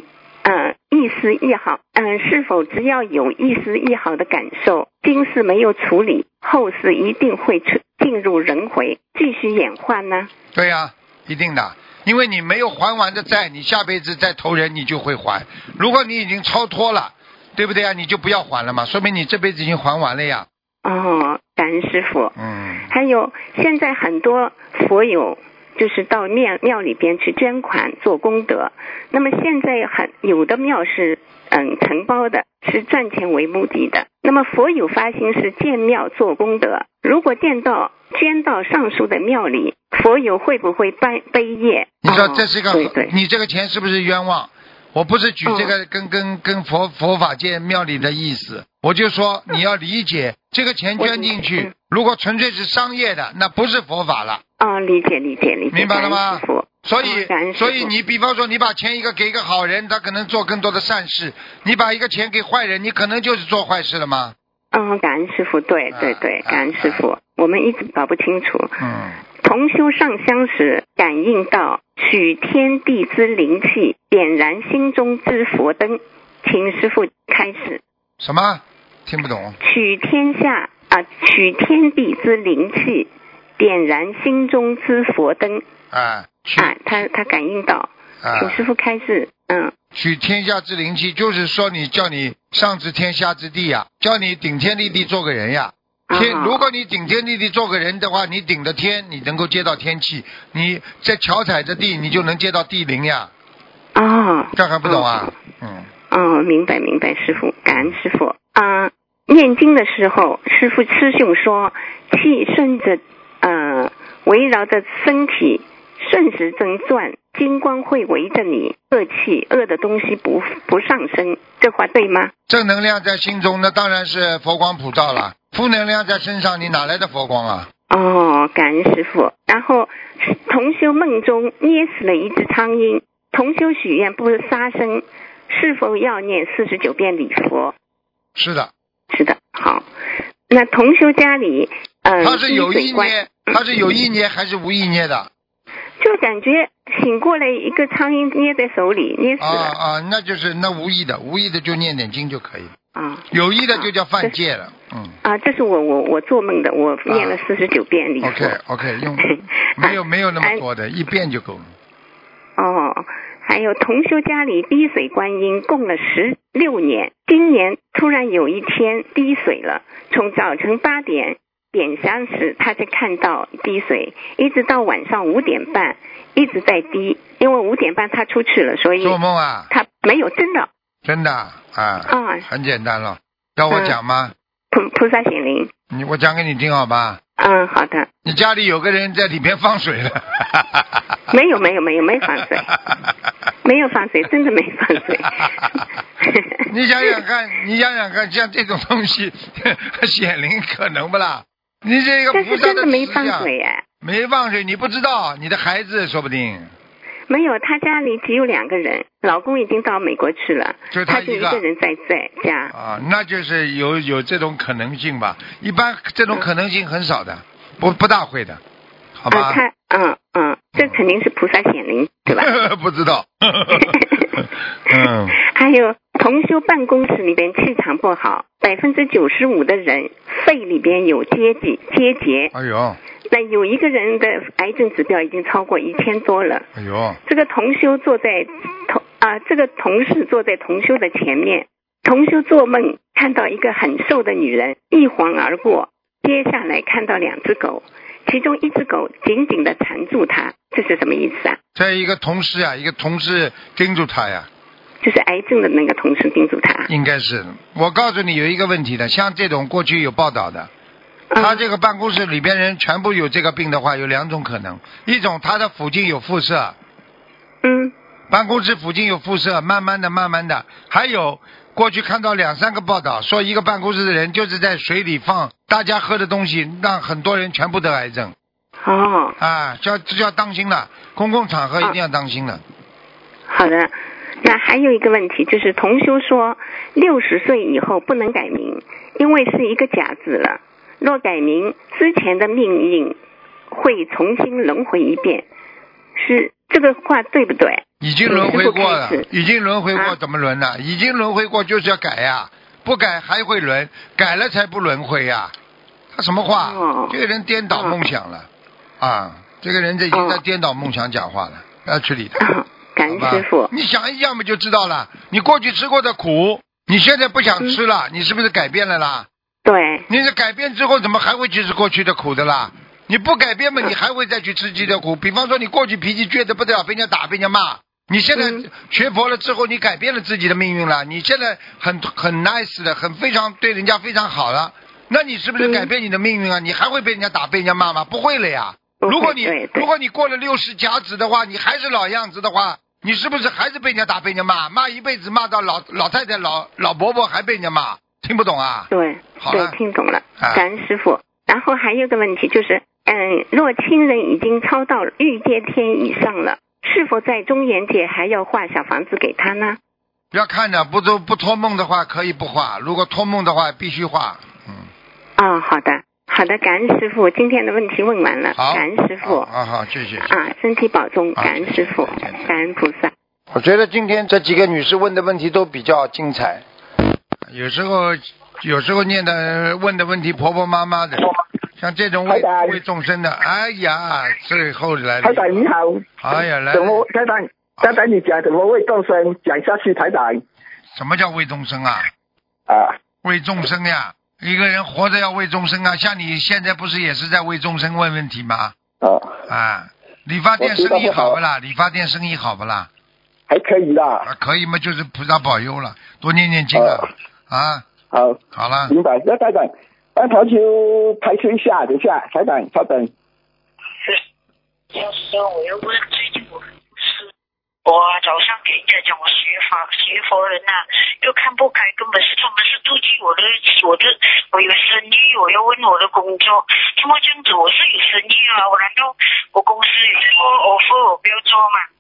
Speaker 7: 呃一丝一毫，嗯、是否只要有一丝一毫的感受，今世没有处理，后世一定会出进入轮回，继续演化呢？
Speaker 2: [LAUGHS] 对呀、一定的，因为你没有还完的债，你下辈子再投人你就会还。如果你已经超脱了，对不对呀、你就不要还了嘛，说明你这辈子已经还完了呀。
Speaker 7: 哦，感恩师傅。
Speaker 2: 嗯，
Speaker 7: 还有现在很多佛友就是到庙庙里边去捐款做功德，那么现在很有的庙是嗯承包的，是赚钱为目的的。那么佛友发心是建庙做功德，如果建到捐到上述的庙里，佛友会不会拜悲业？
Speaker 2: 你说
Speaker 7: 哦
Speaker 2: 这是一个，
Speaker 7: 对对，哦
Speaker 2: 你这个钱是不是冤枉？我不是举这个跟、跟跟佛佛法界庙里的意思，我就说你要理解，这个钱捐进
Speaker 7: 嗯我理
Speaker 2: 去
Speaker 7: 解，嗯
Speaker 2: 如果纯粹是商业的，那不是佛法了。
Speaker 7: 哦，理解理解理解，
Speaker 2: 明白了吗
Speaker 7: 感恩师傅，
Speaker 2: 所
Speaker 7: 哦感
Speaker 2: 以，
Speaker 7: 恩师
Speaker 2: 所以
Speaker 7: 父
Speaker 2: 你比方说，你把钱一个给一个好人，他可能做更多的善事；你把一个钱给坏人，你可能就是做坏事了吗？
Speaker 7: 嗯，感恩师傅，对
Speaker 2: 啊
Speaker 7: 对对，
Speaker 2: 啊
Speaker 7: 感恩师傅，我们一直搞不清楚。
Speaker 2: 嗯，
Speaker 7: 同修上香时，感应到取天地之灵气，点燃心中之佛灯。请师傅开始，
Speaker 2: 什么？听不懂？
Speaker 7: 取天下啊、取天地之灵气，点燃心中之佛灯
Speaker 2: 啊，取
Speaker 7: 啊！他他感应到，
Speaker 2: 啊
Speaker 7: 请，师傅开始，嗯，
Speaker 2: 取天下之灵气，就是说你叫你上知天下之地呀、叫你顶天立地做个人呀、
Speaker 7: 啊
Speaker 2: 天，如果你顶天立地做个人的话，你顶着天，你能够接到天气；你在脚踩着地，你就能接到地灵呀。
Speaker 7: 哦，
Speaker 2: 这还不懂啊？嗯，
Speaker 7: 哦，明白明白，师傅，感恩师傅啊、念经的时候，师傅师兄说，气顺着呃围绕着身体顺时针转，金光会围着你，恶气恶的东西不不上升，这话对吗？
Speaker 2: 正能量在心中，那当然是佛光普照了。负能量在身上，你哪来的佛光啊？
Speaker 7: 哦，感恩师傅。然后同修梦中捏死了一只苍蝇，同修许愿不杀生，是否要念四十九遍礼佛？
Speaker 2: 是的，
Speaker 7: 是的，好。那同修家里，嗯、呃，
Speaker 2: 他是有
Speaker 7: 滴水
Speaker 2: 意
Speaker 7: 观
Speaker 2: 念，他是有意念还是无意念的？
Speaker 7: 就感觉醒过来一个苍蝇捏在手里，捏死
Speaker 2: 啊
Speaker 7: 了
Speaker 2: 啊，那就是那无意的，无意的就念点经就可以了，
Speaker 7: 啊
Speaker 2: 有意的就叫犯戒了。嗯
Speaker 7: 啊！这是我我我做梦的，我念了四十九遍礼佛。
Speaker 2: 啊
Speaker 7: [LAUGHS]
Speaker 2: ，OK OK，用
Speaker 7: 啊
Speaker 2: 没有没有那么
Speaker 7: 哎
Speaker 2: 多的，一遍就够了。
Speaker 7: 哦，还有同修家里滴水观音供了十六年，今年突然有一天滴水了，从早晨八点点香时，他才看到滴水，一直到晚上五点半一直在滴，因为五点半他出去了，所以
Speaker 2: 做梦啊，
Speaker 7: 他没有真的
Speaker 2: 真的啊，
Speaker 7: 啊，
Speaker 2: 很简单了。要
Speaker 7: 嗯
Speaker 2: 我讲吗？
Speaker 7: 菩菩萨显灵。
Speaker 2: 你我讲给你听好吧？
Speaker 7: 嗯，好的，
Speaker 2: 你家里有个人在里面放水了，
Speaker 7: 没有没有没有没放
Speaker 2: [LAUGHS]
Speaker 7: 水，没有放水，真的没放水。 [LAUGHS]
Speaker 2: 你想想看，你想想看，像这种东西显灵可能不啦？你 [LAUGHS] 这个
Speaker 7: 但
Speaker 2: 菩
Speaker 7: 是
Speaker 2: 萨
Speaker 7: 真
Speaker 2: 的
Speaker 7: 的没
Speaker 2: 慈
Speaker 7: 放
Speaker 2: 祥
Speaker 7: 水哎、
Speaker 2: 没放水，你不知道，你的孩子说不定
Speaker 7: 没有，他家里只有两个人，老公已经到美国去了，
Speaker 2: 就
Speaker 7: 他
Speaker 2: 他
Speaker 7: 就
Speaker 2: 一
Speaker 7: 一
Speaker 2: 个
Speaker 7: 个人在在家。
Speaker 2: 啊，那就是有有这种可能性吧。一般这
Speaker 7: 嗯
Speaker 2: 种可能性很少的，不不大会的，好
Speaker 7: 啊，
Speaker 2: 吧？
Speaker 7: 他嗯嗯，这肯定是菩萨显灵，对吧？
Speaker 2: [LAUGHS] 不知道。嗯，
Speaker 7: 还有同修办公室里边气场不好，百分之九十五的人肺里边有结节结节，
Speaker 2: 哎呦，
Speaker 7: 那有一个人的癌症指标已经超过一千多了。
Speaker 2: 哎呦，
Speaker 7: 这个同修坐在同啊，这个同事坐在同修的前面，同修做梦看到一个很瘦的女人一晃而过，接下来看到两只狗，其中一只狗紧紧的缠住他，这是什么意思啊？
Speaker 2: 这一个同事啊，一个同事盯住他呀，
Speaker 7: 就是癌症的那个同事盯住他。
Speaker 2: 应该是。我告诉你有一个问题的，像这种过去有报道的，他
Speaker 7: 嗯
Speaker 2: 这个办公室里边人全部有这个病的话，有两种可能：一种他的附近有辐射，
Speaker 7: 嗯
Speaker 2: 办公室附近有辐射，慢慢的、慢慢的，还有过去看到两三个报道说，一个办公室的人就是在水里放大家喝的东西，让很多人全部得癌症。
Speaker 7: 哦，
Speaker 2: 啊，就要这就要当心了，公共场合一定要当心
Speaker 7: 啊
Speaker 2: 了。
Speaker 7: 好的。那还有一个问题就是，同修说六十岁以后不能改名，因为是一个甲子了。若改名，之前的命运会重新轮回一遍，是这个话对不对？ [LAUGHS]
Speaker 2: 已经轮回过了
Speaker 7: 嗯师傅开始，
Speaker 2: 已经轮回过
Speaker 7: 啊
Speaker 2: 怎么轮呢？已经轮回过就是要改呀，不改还会轮，改了才不轮回呀。他什么话？
Speaker 7: 哦
Speaker 2: 这个人颠倒
Speaker 7: 哦
Speaker 2: 梦想了，啊，这个人这已经在
Speaker 7: 哦
Speaker 2: 颠倒梦想讲话了，不要去理他。
Speaker 7: 啊，感
Speaker 2: 好
Speaker 7: 恩
Speaker 2: 吧
Speaker 7: 师傅。
Speaker 2: 你想一想嘛就知道了。你过去吃过的苦，你现在不想
Speaker 7: 嗯
Speaker 2: 吃了，你是不是改变了啦？
Speaker 7: 对，
Speaker 2: 你是改变之后，怎么还会去吃过去的苦的啦？你不改变嘛，
Speaker 7: 嗯
Speaker 2: 你还会再去吃自己的苦。比方说，你过去脾气倔得不得了，被人家打，被人家骂。你现在
Speaker 7: 嗯
Speaker 2: 学佛了之后，你改变了自己的命运了。你现在很很 nice 的，很非常对人家非常好了。那你是不是
Speaker 7: 嗯
Speaker 2: 改变你的命运啊？你还会被人家打，被人家骂吗？不会了呀。
Speaker 7: 不会
Speaker 2: 如果你
Speaker 7: 对对
Speaker 2: 如果你过了六十甲子的话，你还是老样子的话，你是不是还是被人家打，被人家骂，骂一辈子，骂到老老太太、老老伯伯还被人家骂，听不懂啊？
Speaker 7: 对，
Speaker 2: 好了
Speaker 7: 对，听懂了，
Speaker 2: 啊
Speaker 7: 感恩师傅。然后还有一个问题就是，嗯，若亲人已经超到欲界天以上了，是否在中元节还要画小房子给他呢？
Speaker 2: 要看的，不都不托梦的话可以不画，如果托梦的话必须画。嗯，
Speaker 7: 哦，好的，好的，感恩师傅，今天的问题问完了，
Speaker 2: 好，
Speaker 7: 感恩师傅
Speaker 2: 好好嗯好，谢谢。
Speaker 7: 啊，身体保重，
Speaker 2: 啊
Speaker 7: 感恩师傅，
Speaker 2: 谢谢谢谢
Speaker 7: 感恩菩萨。
Speaker 2: 我觉得今天这几个女士问的问题都比较精彩，有时候有时候念的问的问题婆婆妈妈的，像这种为
Speaker 8: 台长
Speaker 2: 为众生的，哎呀，最后来了
Speaker 8: 台
Speaker 2: 一个
Speaker 8: 长你好，
Speaker 2: 哎呀，来
Speaker 8: 怎么台长？台长你讲怎么为众生讲下去？台长
Speaker 2: 什么叫为众生啊？
Speaker 8: 啊，
Speaker 2: 为众生呀，一个人活着要为众生啊，像你现在不是也是在为众生问问题吗？
Speaker 8: 哦、
Speaker 2: 啊，理发店生意好不啦？理发店生意好不啦？
Speaker 8: 还可以啦，
Speaker 2: 啊，可以嘛，就是菩萨保佑了，多念念经啊，啊，
Speaker 8: 好，
Speaker 2: 好了，
Speaker 8: 明白。那台长，那头球排除一下，等一下，台长，稍等。
Speaker 9: 要是我又问最近我是我早上给人家讲我学法学佛人呐、又看不开，根本是他们是妒忌我的我的我有生意，我要问我的工作，他们这样子我是有生意啊，我难道我公司有 offer 我不要做吗？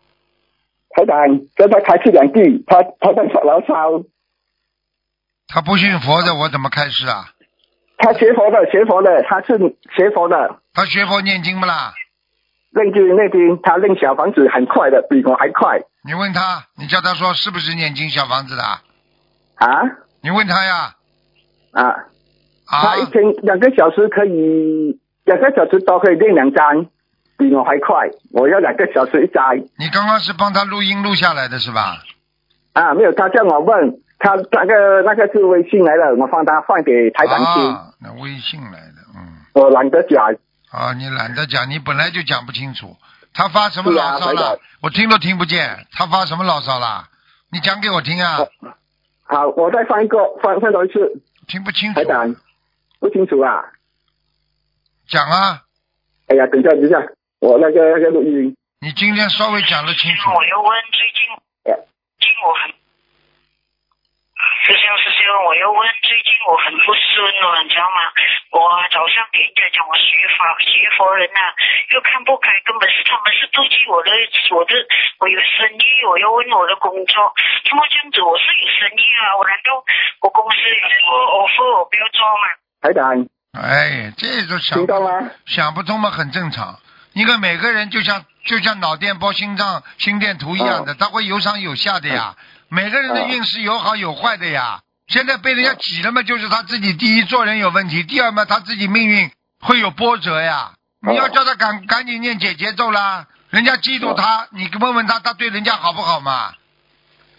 Speaker 8: 台长，跟他开始两句，他他在耍牢骚，
Speaker 2: 他不信佛的，我怎么开始啊？
Speaker 8: 他学佛的，学佛的，他是学佛的，
Speaker 2: 他学佛念经不啦？
Speaker 8: 认经那边他认小房子很快的，比我还快
Speaker 2: 你问他，你叫他说是不是念经小房子的啊？
Speaker 8: 啊
Speaker 2: 你问他呀。
Speaker 8: 啊！
Speaker 2: 啊
Speaker 8: 他一，天两个小时可以，两个小时都可以练两张，比我还快。我要两个小时一张
Speaker 2: 你刚刚是帮他录音录下来的是吧？
Speaker 8: 啊！没有，他叫我问他那个那个是微信来了，我放他放给台长听，
Speaker 2: 啊，那微信来的，嗯。
Speaker 8: 我懒得讲。
Speaker 2: 啊，你懒得讲，你本来就讲不清楚。他发什么
Speaker 8: 是啊
Speaker 2: 牢骚
Speaker 8: 台
Speaker 2: 了
Speaker 8: 长？
Speaker 2: 我听都听不见。他发什么牢骚了？你讲给我听啊！
Speaker 8: 好，我再放一个，放放多一次，
Speaker 2: 听不清楚
Speaker 8: 台，长不清楚啊。
Speaker 2: 讲啊！
Speaker 8: 哎呀，等一下，等一下，我那个那个录音，
Speaker 2: 你今天稍微讲的清楚。
Speaker 9: 我又问最近，最近我很，师兄师兄，我又问最近我很不顺了，你知道吗？我早上给人家讲我学法学佛人呐、又看不开，根本是他们是妒忌我的我的我有生意，我要问我的工作，怎么这样子？我是有生意啊，我难道我公司有人我 offer 我不要做吗？
Speaker 8: 台长
Speaker 2: 哎，这种想
Speaker 8: 听到吗？
Speaker 2: 想不通嘛，很正常。一个每个人就像就像脑电波、心脏心电图一样的，他会有上有下的呀。每个人的
Speaker 8: 嗯
Speaker 2: 运势有好有坏的呀。现在被人家挤了嘛，就是他自己第一做人有问题，第二嘛他自己命运会有波折呀。
Speaker 8: 嗯
Speaker 2: 你要叫他赶赶紧念解节奏啦，人家嫉妒他，
Speaker 8: 嗯
Speaker 2: 你问问他，他对人家好不好嘛？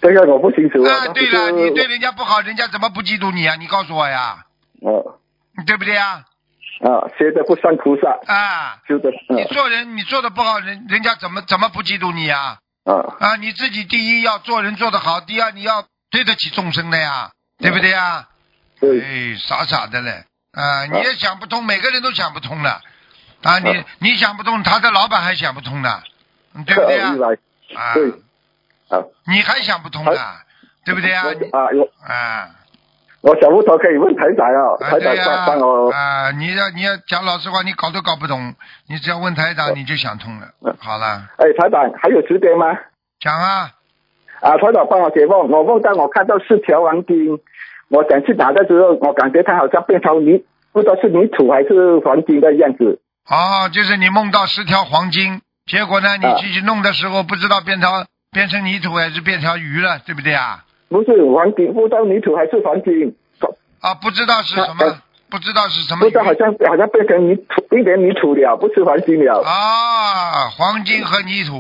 Speaker 8: 这个我不清楚
Speaker 2: 啊，对了，
Speaker 8: 当时
Speaker 2: 你对人家不好，人家怎么不嫉妒你啊？你告诉我呀，
Speaker 8: 我
Speaker 2: 对不对呀？
Speaker 8: 呃啊，学的不算菩萨，
Speaker 2: 啊，
Speaker 8: 修的
Speaker 2: 你
Speaker 8: 嗯
Speaker 2: 做人你做的不好，人人家怎么怎么不嫉妒你呀、
Speaker 8: 啊
Speaker 2: 啊？你自己第一要做人做得好，第二你要对得起众生的呀，对不对呀？
Speaker 8: 嗯对
Speaker 2: 哎，傻傻的嘞，啊，你也想不通，每个人都想不通了，啊，你
Speaker 8: 啊
Speaker 2: 你想不通，他的老板还想不通呢，嗯对不对呀
Speaker 8: 一？来
Speaker 2: 啊，
Speaker 8: 对啊
Speaker 2: 你还想不通呢，对不对呀？你
Speaker 8: 啊我
Speaker 2: 啊，
Speaker 8: 我小木头可以问台长啊，
Speaker 2: 啊
Speaker 8: 台
Speaker 2: 对
Speaker 8: 长
Speaker 2: 呀
Speaker 8: 帮帮我
Speaker 2: 啊，你要你要讲老实话，你搞都搞不懂，你只要问台长你就想通了，好了，
Speaker 8: 哎台长还有时间吗？
Speaker 2: 讲啊。
Speaker 8: 啊台长帮我解梦，我梦到我看到四条黄金，我想去拿的时候，我感觉它好像变成泥，不知道是泥土还是黄金的样子。
Speaker 2: 哦，就是你梦到十条黄金，结果呢，你
Speaker 8: 啊
Speaker 2: 去去弄的时候，不知道变成变成泥土还是变成鱼了，对不对啊？
Speaker 8: 不是黄金，不知道泥土还是黄金，
Speaker 2: 啊，不知道是什
Speaker 8: 啊
Speaker 2: 么
Speaker 8: 啊，
Speaker 2: 不知道是什么
Speaker 8: 不
Speaker 2: 鱼
Speaker 8: 知道好像好像变成泥土，一点泥土了，不是黄金了。
Speaker 2: 啊，黄金和泥土。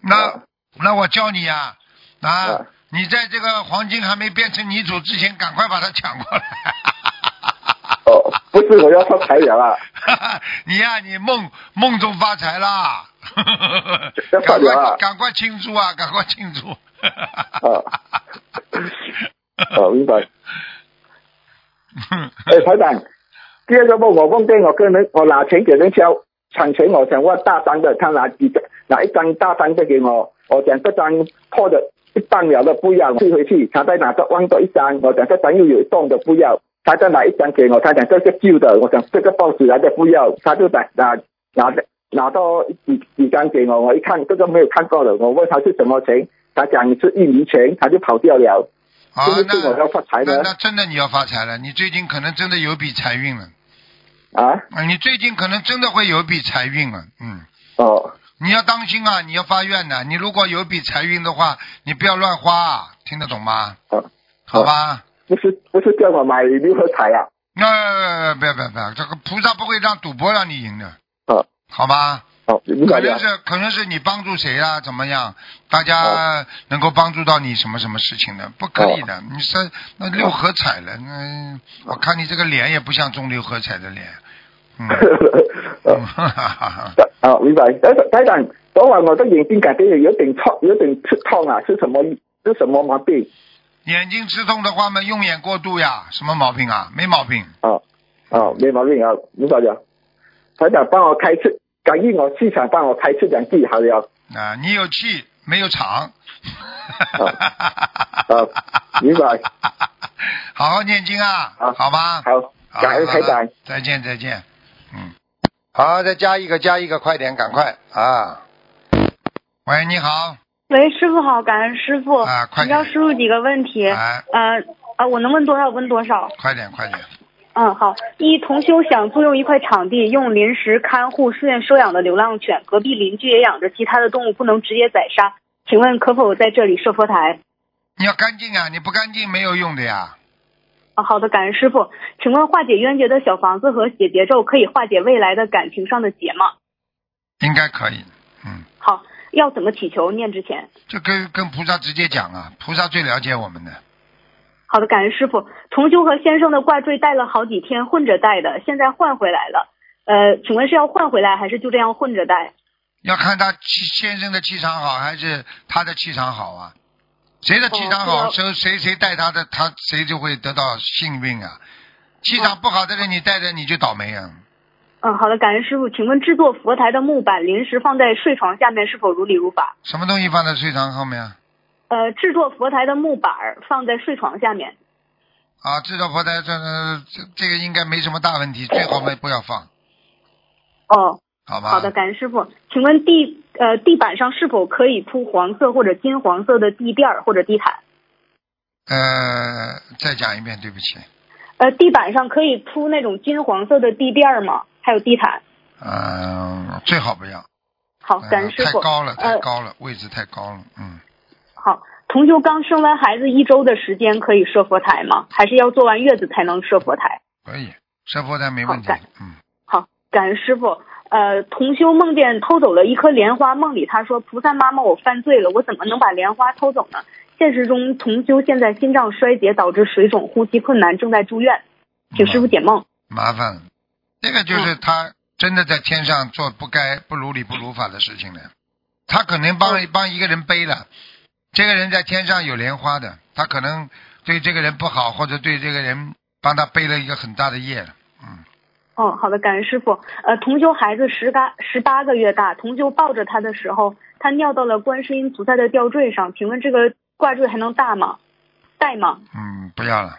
Speaker 2: 那
Speaker 8: 啊
Speaker 2: 那我教你啊，啊
Speaker 8: 啊，
Speaker 2: 你在这个黄金还没变成泥土之前，赶快把它抢过来。啊
Speaker 8: 哦，不是我要发财了啊！
Speaker 2: [LAUGHS] 你呀、你梦梦中发财啦！
Speaker 8: 要 [LAUGHS] 发
Speaker 2: 赶
Speaker 8: 财
Speaker 2: 快
Speaker 8: 啊
Speaker 2: 赶快庆祝啊！ [LAUGHS] 赶快庆祝！
Speaker 8: 哦，明白。哎，台长，第二个梦我梦见我跟人，我拿钱给人家，抢钱我想问大张的，他拿几个，拿一张大张的给我，我想这张破的一半了的不要，退回去，他再拿个忘掉一张，我想这张又有洞的不要，他再拿一张给我，他讲这个旧的，我想这个报纸来的不要，他就拿拿拿拿到几几张给我，我一看这个没有看过的，我问他是什么钱，他讲是印尼钱，他就跑掉了。
Speaker 2: 啊，
Speaker 8: 是不是我
Speaker 2: 那
Speaker 8: 要发财
Speaker 2: 那
Speaker 8: 呢？
Speaker 2: 那真的你要发财了，你最近可能真的有笔财运了，
Speaker 8: 啊，
Speaker 2: 啊，你最近可能真的会有笔财运了，嗯，
Speaker 8: 哦，
Speaker 2: 你要当心啊，你要发愿呐、你如果有笔财运的话，你不要乱花、啊，听得懂吗？
Speaker 8: 哦，
Speaker 2: 好吧，
Speaker 8: 不是不是叫我买六合彩啊？
Speaker 2: 那、不要不要不要，这个菩萨不会让赌博让你赢的，
Speaker 8: 哦，
Speaker 2: 好吧？
Speaker 8: 哦，明白
Speaker 2: 可
Speaker 8: 了
Speaker 2: 能。是可能是你帮助谁啊，怎么样？大家能够帮助到你什么什么事情的？不可以的，你是那六合彩了，那我看你这个脸也不像中六合彩的脸，嗯，嗯
Speaker 8: 哦，
Speaker 2: 哈哈哈哈
Speaker 8: 哦，明白。台长，台长，昨晚我的眼睛感觉有点痛，有点刺痛啊， [LAUGHS] 是什么？是什么毛病？
Speaker 2: 眼睛吃痛的话嘛，用眼过度呀，什么毛病啊？没毛病。
Speaker 8: 哦，哦，没毛病啊，明白了。台长，帮我开次，感应我哦气场，帮我开次两句好了。
Speaker 2: 啊，你有气没有
Speaker 8: 啊
Speaker 2: 场？
Speaker 8: 哦，明白。
Speaker 2: [LAUGHS] 好好念经啊，
Speaker 8: 好
Speaker 2: 好吗？
Speaker 8: 好，
Speaker 2: 好
Speaker 8: 感恩
Speaker 2: 好
Speaker 8: 台
Speaker 2: 了
Speaker 8: 长。
Speaker 2: 再见再见。嗯，好，再加一个，加一个，快点，赶快啊！喂，你好，
Speaker 10: 喂，师傅好，感恩师傅。
Speaker 2: 啊快
Speaker 10: 请教
Speaker 2: 点
Speaker 10: 师傅几个问题。
Speaker 2: 哎，
Speaker 10: 呃呃，我能问多少问多少。
Speaker 2: 快点快点，
Speaker 10: 嗯，好。一同修想租用一块场地，用临时看护自愿收养的流浪犬，隔壁邻居也养着其他的动物，不能直接宰杀。请问可否在这里设佛台？
Speaker 2: 你要干净啊，你不干净没有用的呀。
Speaker 10: 啊，好的，感恩师傅。请问化解冤结的小房子和解结咒可以化解未来的感情上的结吗？
Speaker 2: 应该可以，嗯，
Speaker 10: 好，要怎么祈求念之前？
Speaker 2: 就跟跟菩萨直接讲啊，菩萨最了解我们的。
Speaker 10: 好的，感恩师傅。同修和先生的挂坠戴了好几天，混着戴的，现在换回来了。呃，请问是要换回来，还是就这样混着戴？
Speaker 2: 要看他气先生的气场好还是他的气场好啊？谁的气场好，
Speaker 10: 哦
Speaker 2: 谁谁谁带他的，他谁就会得到幸运啊。气场不好的人，你带着你就倒霉啊。
Speaker 10: 嗯，好的，感恩师傅。请问制作佛台的木板临时放在睡床下面是否如理如法？
Speaker 2: 什么东西放在睡床后面啊？
Speaker 10: 呃，制作佛台的木板儿放在睡床下面。
Speaker 2: 啊，至少佛台这呃这这个应该没什么大问题，最好没不要放，
Speaker 10: 哦，
Speaker 2: 好吧？
Speaker 10: 好的，感恩师傅。请问地呃地板上是否可以铺黄色或者金黄色的地垫儿或者地毯？
Speaker 2: 呃，再讲一遍，对不起。
Speaker 10: 呃，地板上可以铺那种金黄色的地垫儿吗？还有地毯？
Speaker 2: 嗯、最好不要。
Speaker 10: 好，
Speaker 2: 呃
Speaker 10: 感恩师
Speaker 2: 太
Speaker 10: 傅。
Speaker 2: 高了，太
Speaker 10: 呃，
Speaker 2: 高了，位置太高了，嗯。
Speaker 10: 好，同修刚生完孩子一周的时间可以设佛台吗？还是要坐完月子才能设佛台？
Speaker 2: 可以，设佛台没问题
Speaker 10: 好的，
Speaker 2: 嗯，
Speaker 10: 好，感恩师傅。呃，同修梦见偷走了一颗莲花，梦里他说：“菩萨妈妈，我犯罪了，我怎么能把莲花偷走呢？”现实中，同修现在心脏衰竭导致水肿、呼吸困难，正在住院，请
Speaker 2: 嗯
Speaker 10: 师傅解梦。
Speaker 2: 麻烦了。这个
Speaker 10: 嗯
Speaker 2: 就是他真的在天上做不该、不如理、不如法的事情了。他可能
Speaker 10: 嗯
Speaker 2: 帮、帮一个人背了，这个人在天上有莲花的，他可能对这个人不好，或者对这个人帮他背了一个很大的业了。嗯，
Speaker 10: 哦，好的，感恩师傅。呃，同修孩子十嘎十八个月大，同修抱着他的时候，他尿到了观世音菩萨的吊坠上，请问这个挂坠还能大吗？戴吗？
Speaker 2: 嗯，不要了。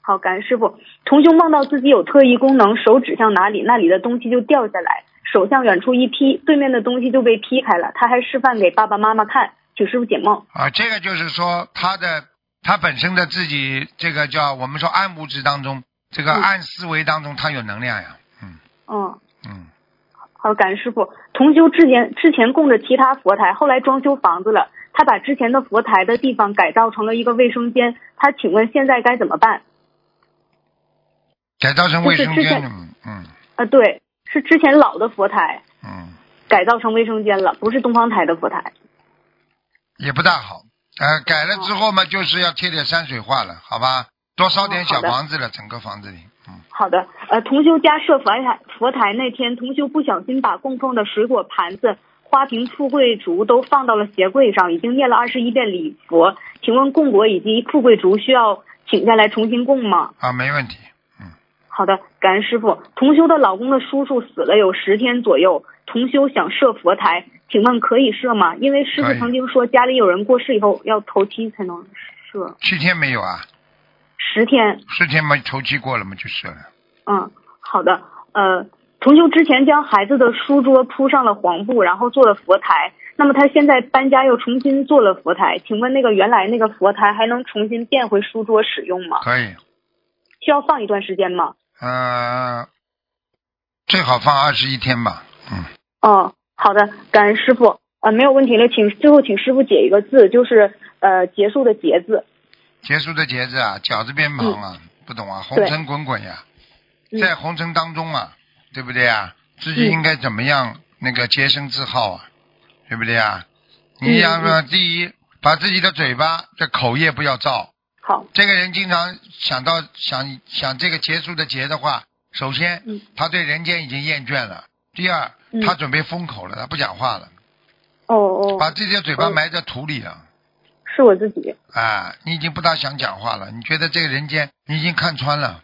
Speaker 10: 好，感恩师傅。同修梦到自己有特异功能，手指向哪里，那里的东西就掉下来，手向远处一劈，对面的东西就被劈开了。他还示范给爸爸妈妈看，请师傅解梦。
Speaker 2: 啊，这个就是说他的他本身的自己这个叫我们说暗物质当中，这个
Speaker 10: 嗯
Speaker 2: 暗思维当中，他有能量呀。嗯
Speaker 10: 嗯，
Speaker 2: 嗯，
Speaker 10: 好，感恩师傅。同修之前之前供着其他佛台，后来装修房子了，他把之前的佛台的地方改造成了一个卫生间。他请问现在该怎么办？
Speaker 2: 改造成卫生
Speaker 10: 就是之
Speaker 2: 间
Speaker 10: 前
Speaker 2: 了嘛，嗯
Speaker 10: 呃，对，是之前老的佛台
Speaker 2: 嗯，
Speaker 10: 改造成卫生间了，不是东方台的佛台。
Speaker 2: 也不大好。呃，改了之后嘛，就是要贴点山水画了，好吧？多烧点
Speaker 10: 哦
Speaker 2: 小
Speaker 10: 好的
Speaker 2: 房子了，整个房子里，嗯，
Speaker 10: 好的，呃，同修家设佛台佛台那天，同修不小心把供奉的水果盘子、花瓶、富贵竹都放到了鞋柜上，已经念了二十一遍礼佛。请问供果以及富贵竹需要请下来重新供吗？
Speaker 2: 啊，没问题。
Speaker 10: 好的，感恩师傅。同修的老公的叔叔死了有十天左右，同修想设佛台，请问可以设吗？因为师
Speaker 2: 可
Speaker 10: 傅
Speaker 2: 以
Speaker 10: 曾经说家里有人过世以后要头七才能设，
Speaker 2: 七天没有啊？
Speaker 10: 十天。
Speaker 2: 十天嘛，头七过了嘛，就是了。
Speaker 10: 嗯，好的。呃，同修之前将孩子的书桌铺上了黄布，然后做了佛台。那么他现在搬家又重新做了佛台，请问那个原来那个佛台还能重新变回书桌使用吗？
Speaker 2: 可以，
Speaker 10: 需要放一段时间吗？
Speaker 2: 呃，最好放二十一天吧，嗯，
Speaker 10: 哦，好的，感恩师傅。呃，没有问题了，请最后请师傅解一个字，就是呃结束的结字。
Speaker 2: 结束的结字啊，饺子边旁啊，不懂啊，红
Speaker 10: 嗯对
Speaker 2: 尘滚滚呀、
Speaker 10: 嗯
Speaker 2: 在红尘当中啊，对不对啊？自己
Speaker 10: 嗯
Speaker 2: 应该怎么样那个洁身自好啊，对不对啊？你
Speaker 10: 嗯
Speaker 2: 要
Speaker 10: 嗯
Speaker 2: 说第一，把自己的嘴巴的口业不要造。
Speaker 10: 好，
Speaker 2: 这个人经常想到想想这个结束的结的话，首先、
Speaker 10: 嗯
Speaker 2: 他对人间已经厌倦了，第二、
Speaker 10: 嗯
Speaker 2: 他准备封口了，他不讲话了，
Speaker 10: 哦哦，
Speaker 2: 把自己的嘴巴
Speaker 10: 嗯
Speaker 2: 埋在土里了。
Speaker 10: 是我自己。
Speaker 2: 啊，你已经不大想讲话了，你觉得这个人间你已经看穿了，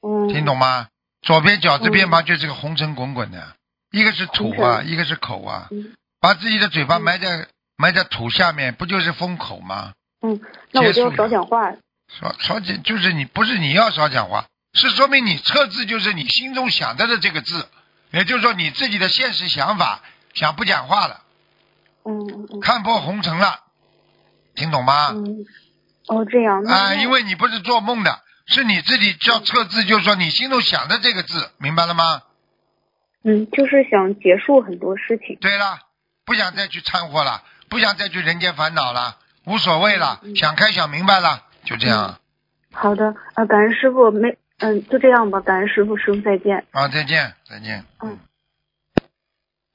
Speaker 10: 嗯，
Speaker 2: 听懂吗？左边脚这边旁就是个红尘滚滚的，一个是土啊，一个是口啊，
Speaker 10: 嗯
Speaker 2: 把自己的嘴巴埋在埋在土下面，不就是封口吗？
Speaker 10: 嗯，那我就要
Speaker 2: 结束
Speaker 10: 少
Speaker 2: 了
Speaker 10: 讲话。
Speaker 2: 少少讲就是你不是你要少讲话，是说明你测字就是你心中想到的这个字，也就是说你自己的现实想法想不讲话了，
Speaker 10: 嗯嗯嗯
Speaker 2: 看破红尘了，听懂吗？哎
Speaker 10: 嗯，哦这样。那
Speaker 2: 啊，因为你不是做梦的，是你自己叫测字，就是说你心中想的这个字，明白了吗？
Speaker 11: 嗯，就是想结束很多事情。
Speaker 2: 对了，不想再去掺和了，不想再去人间烦恼了，无所谓了，想开想明白了，就这样、
Speaker 11: 好的，呃，感恩师傅，没，嗯、就这样吧，感恩师傅，师傅再见。
Speaker 2: 啊！再见，再见。嗯。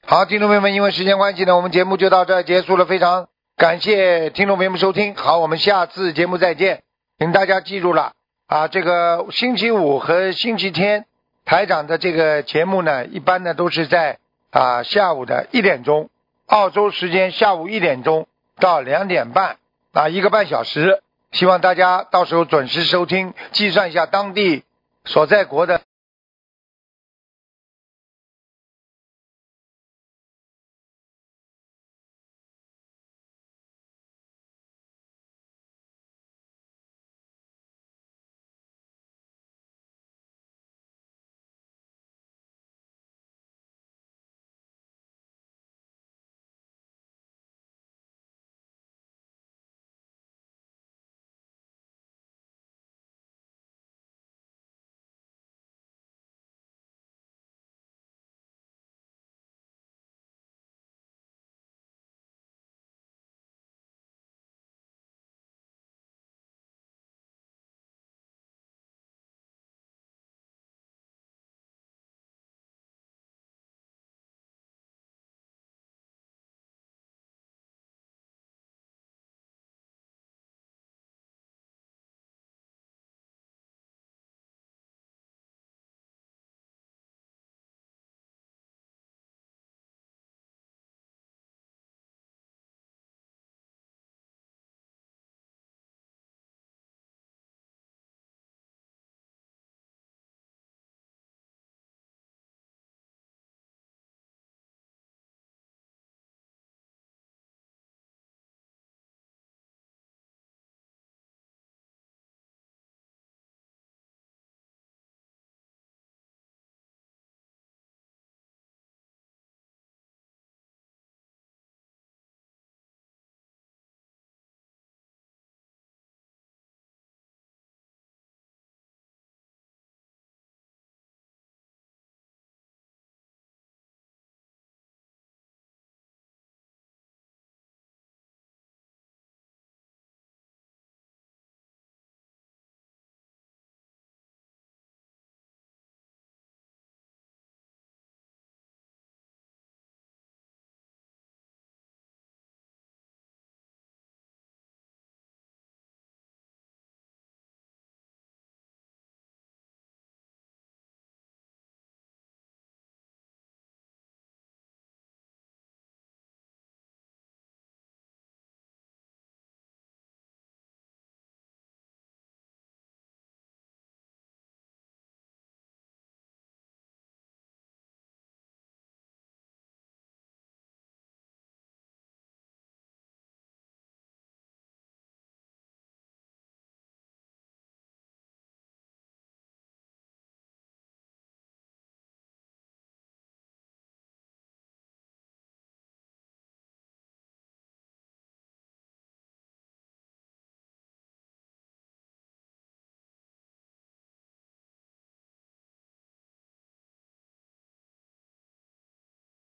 Speaker 2: 好，听众朋友们，因为时间关系呢，我们节目就到这儿结束了。非常感谢听众朋友们收听，好，我们下次节目再见。请大家记住了啊，这个星期五和星期天台长的这个节目呢，一般呢都是在啊下午的一点钟，澳洲时间下午一点钟到两点半啊，一个半小时。希望大家到时候准时收听，计算一下当地所在国的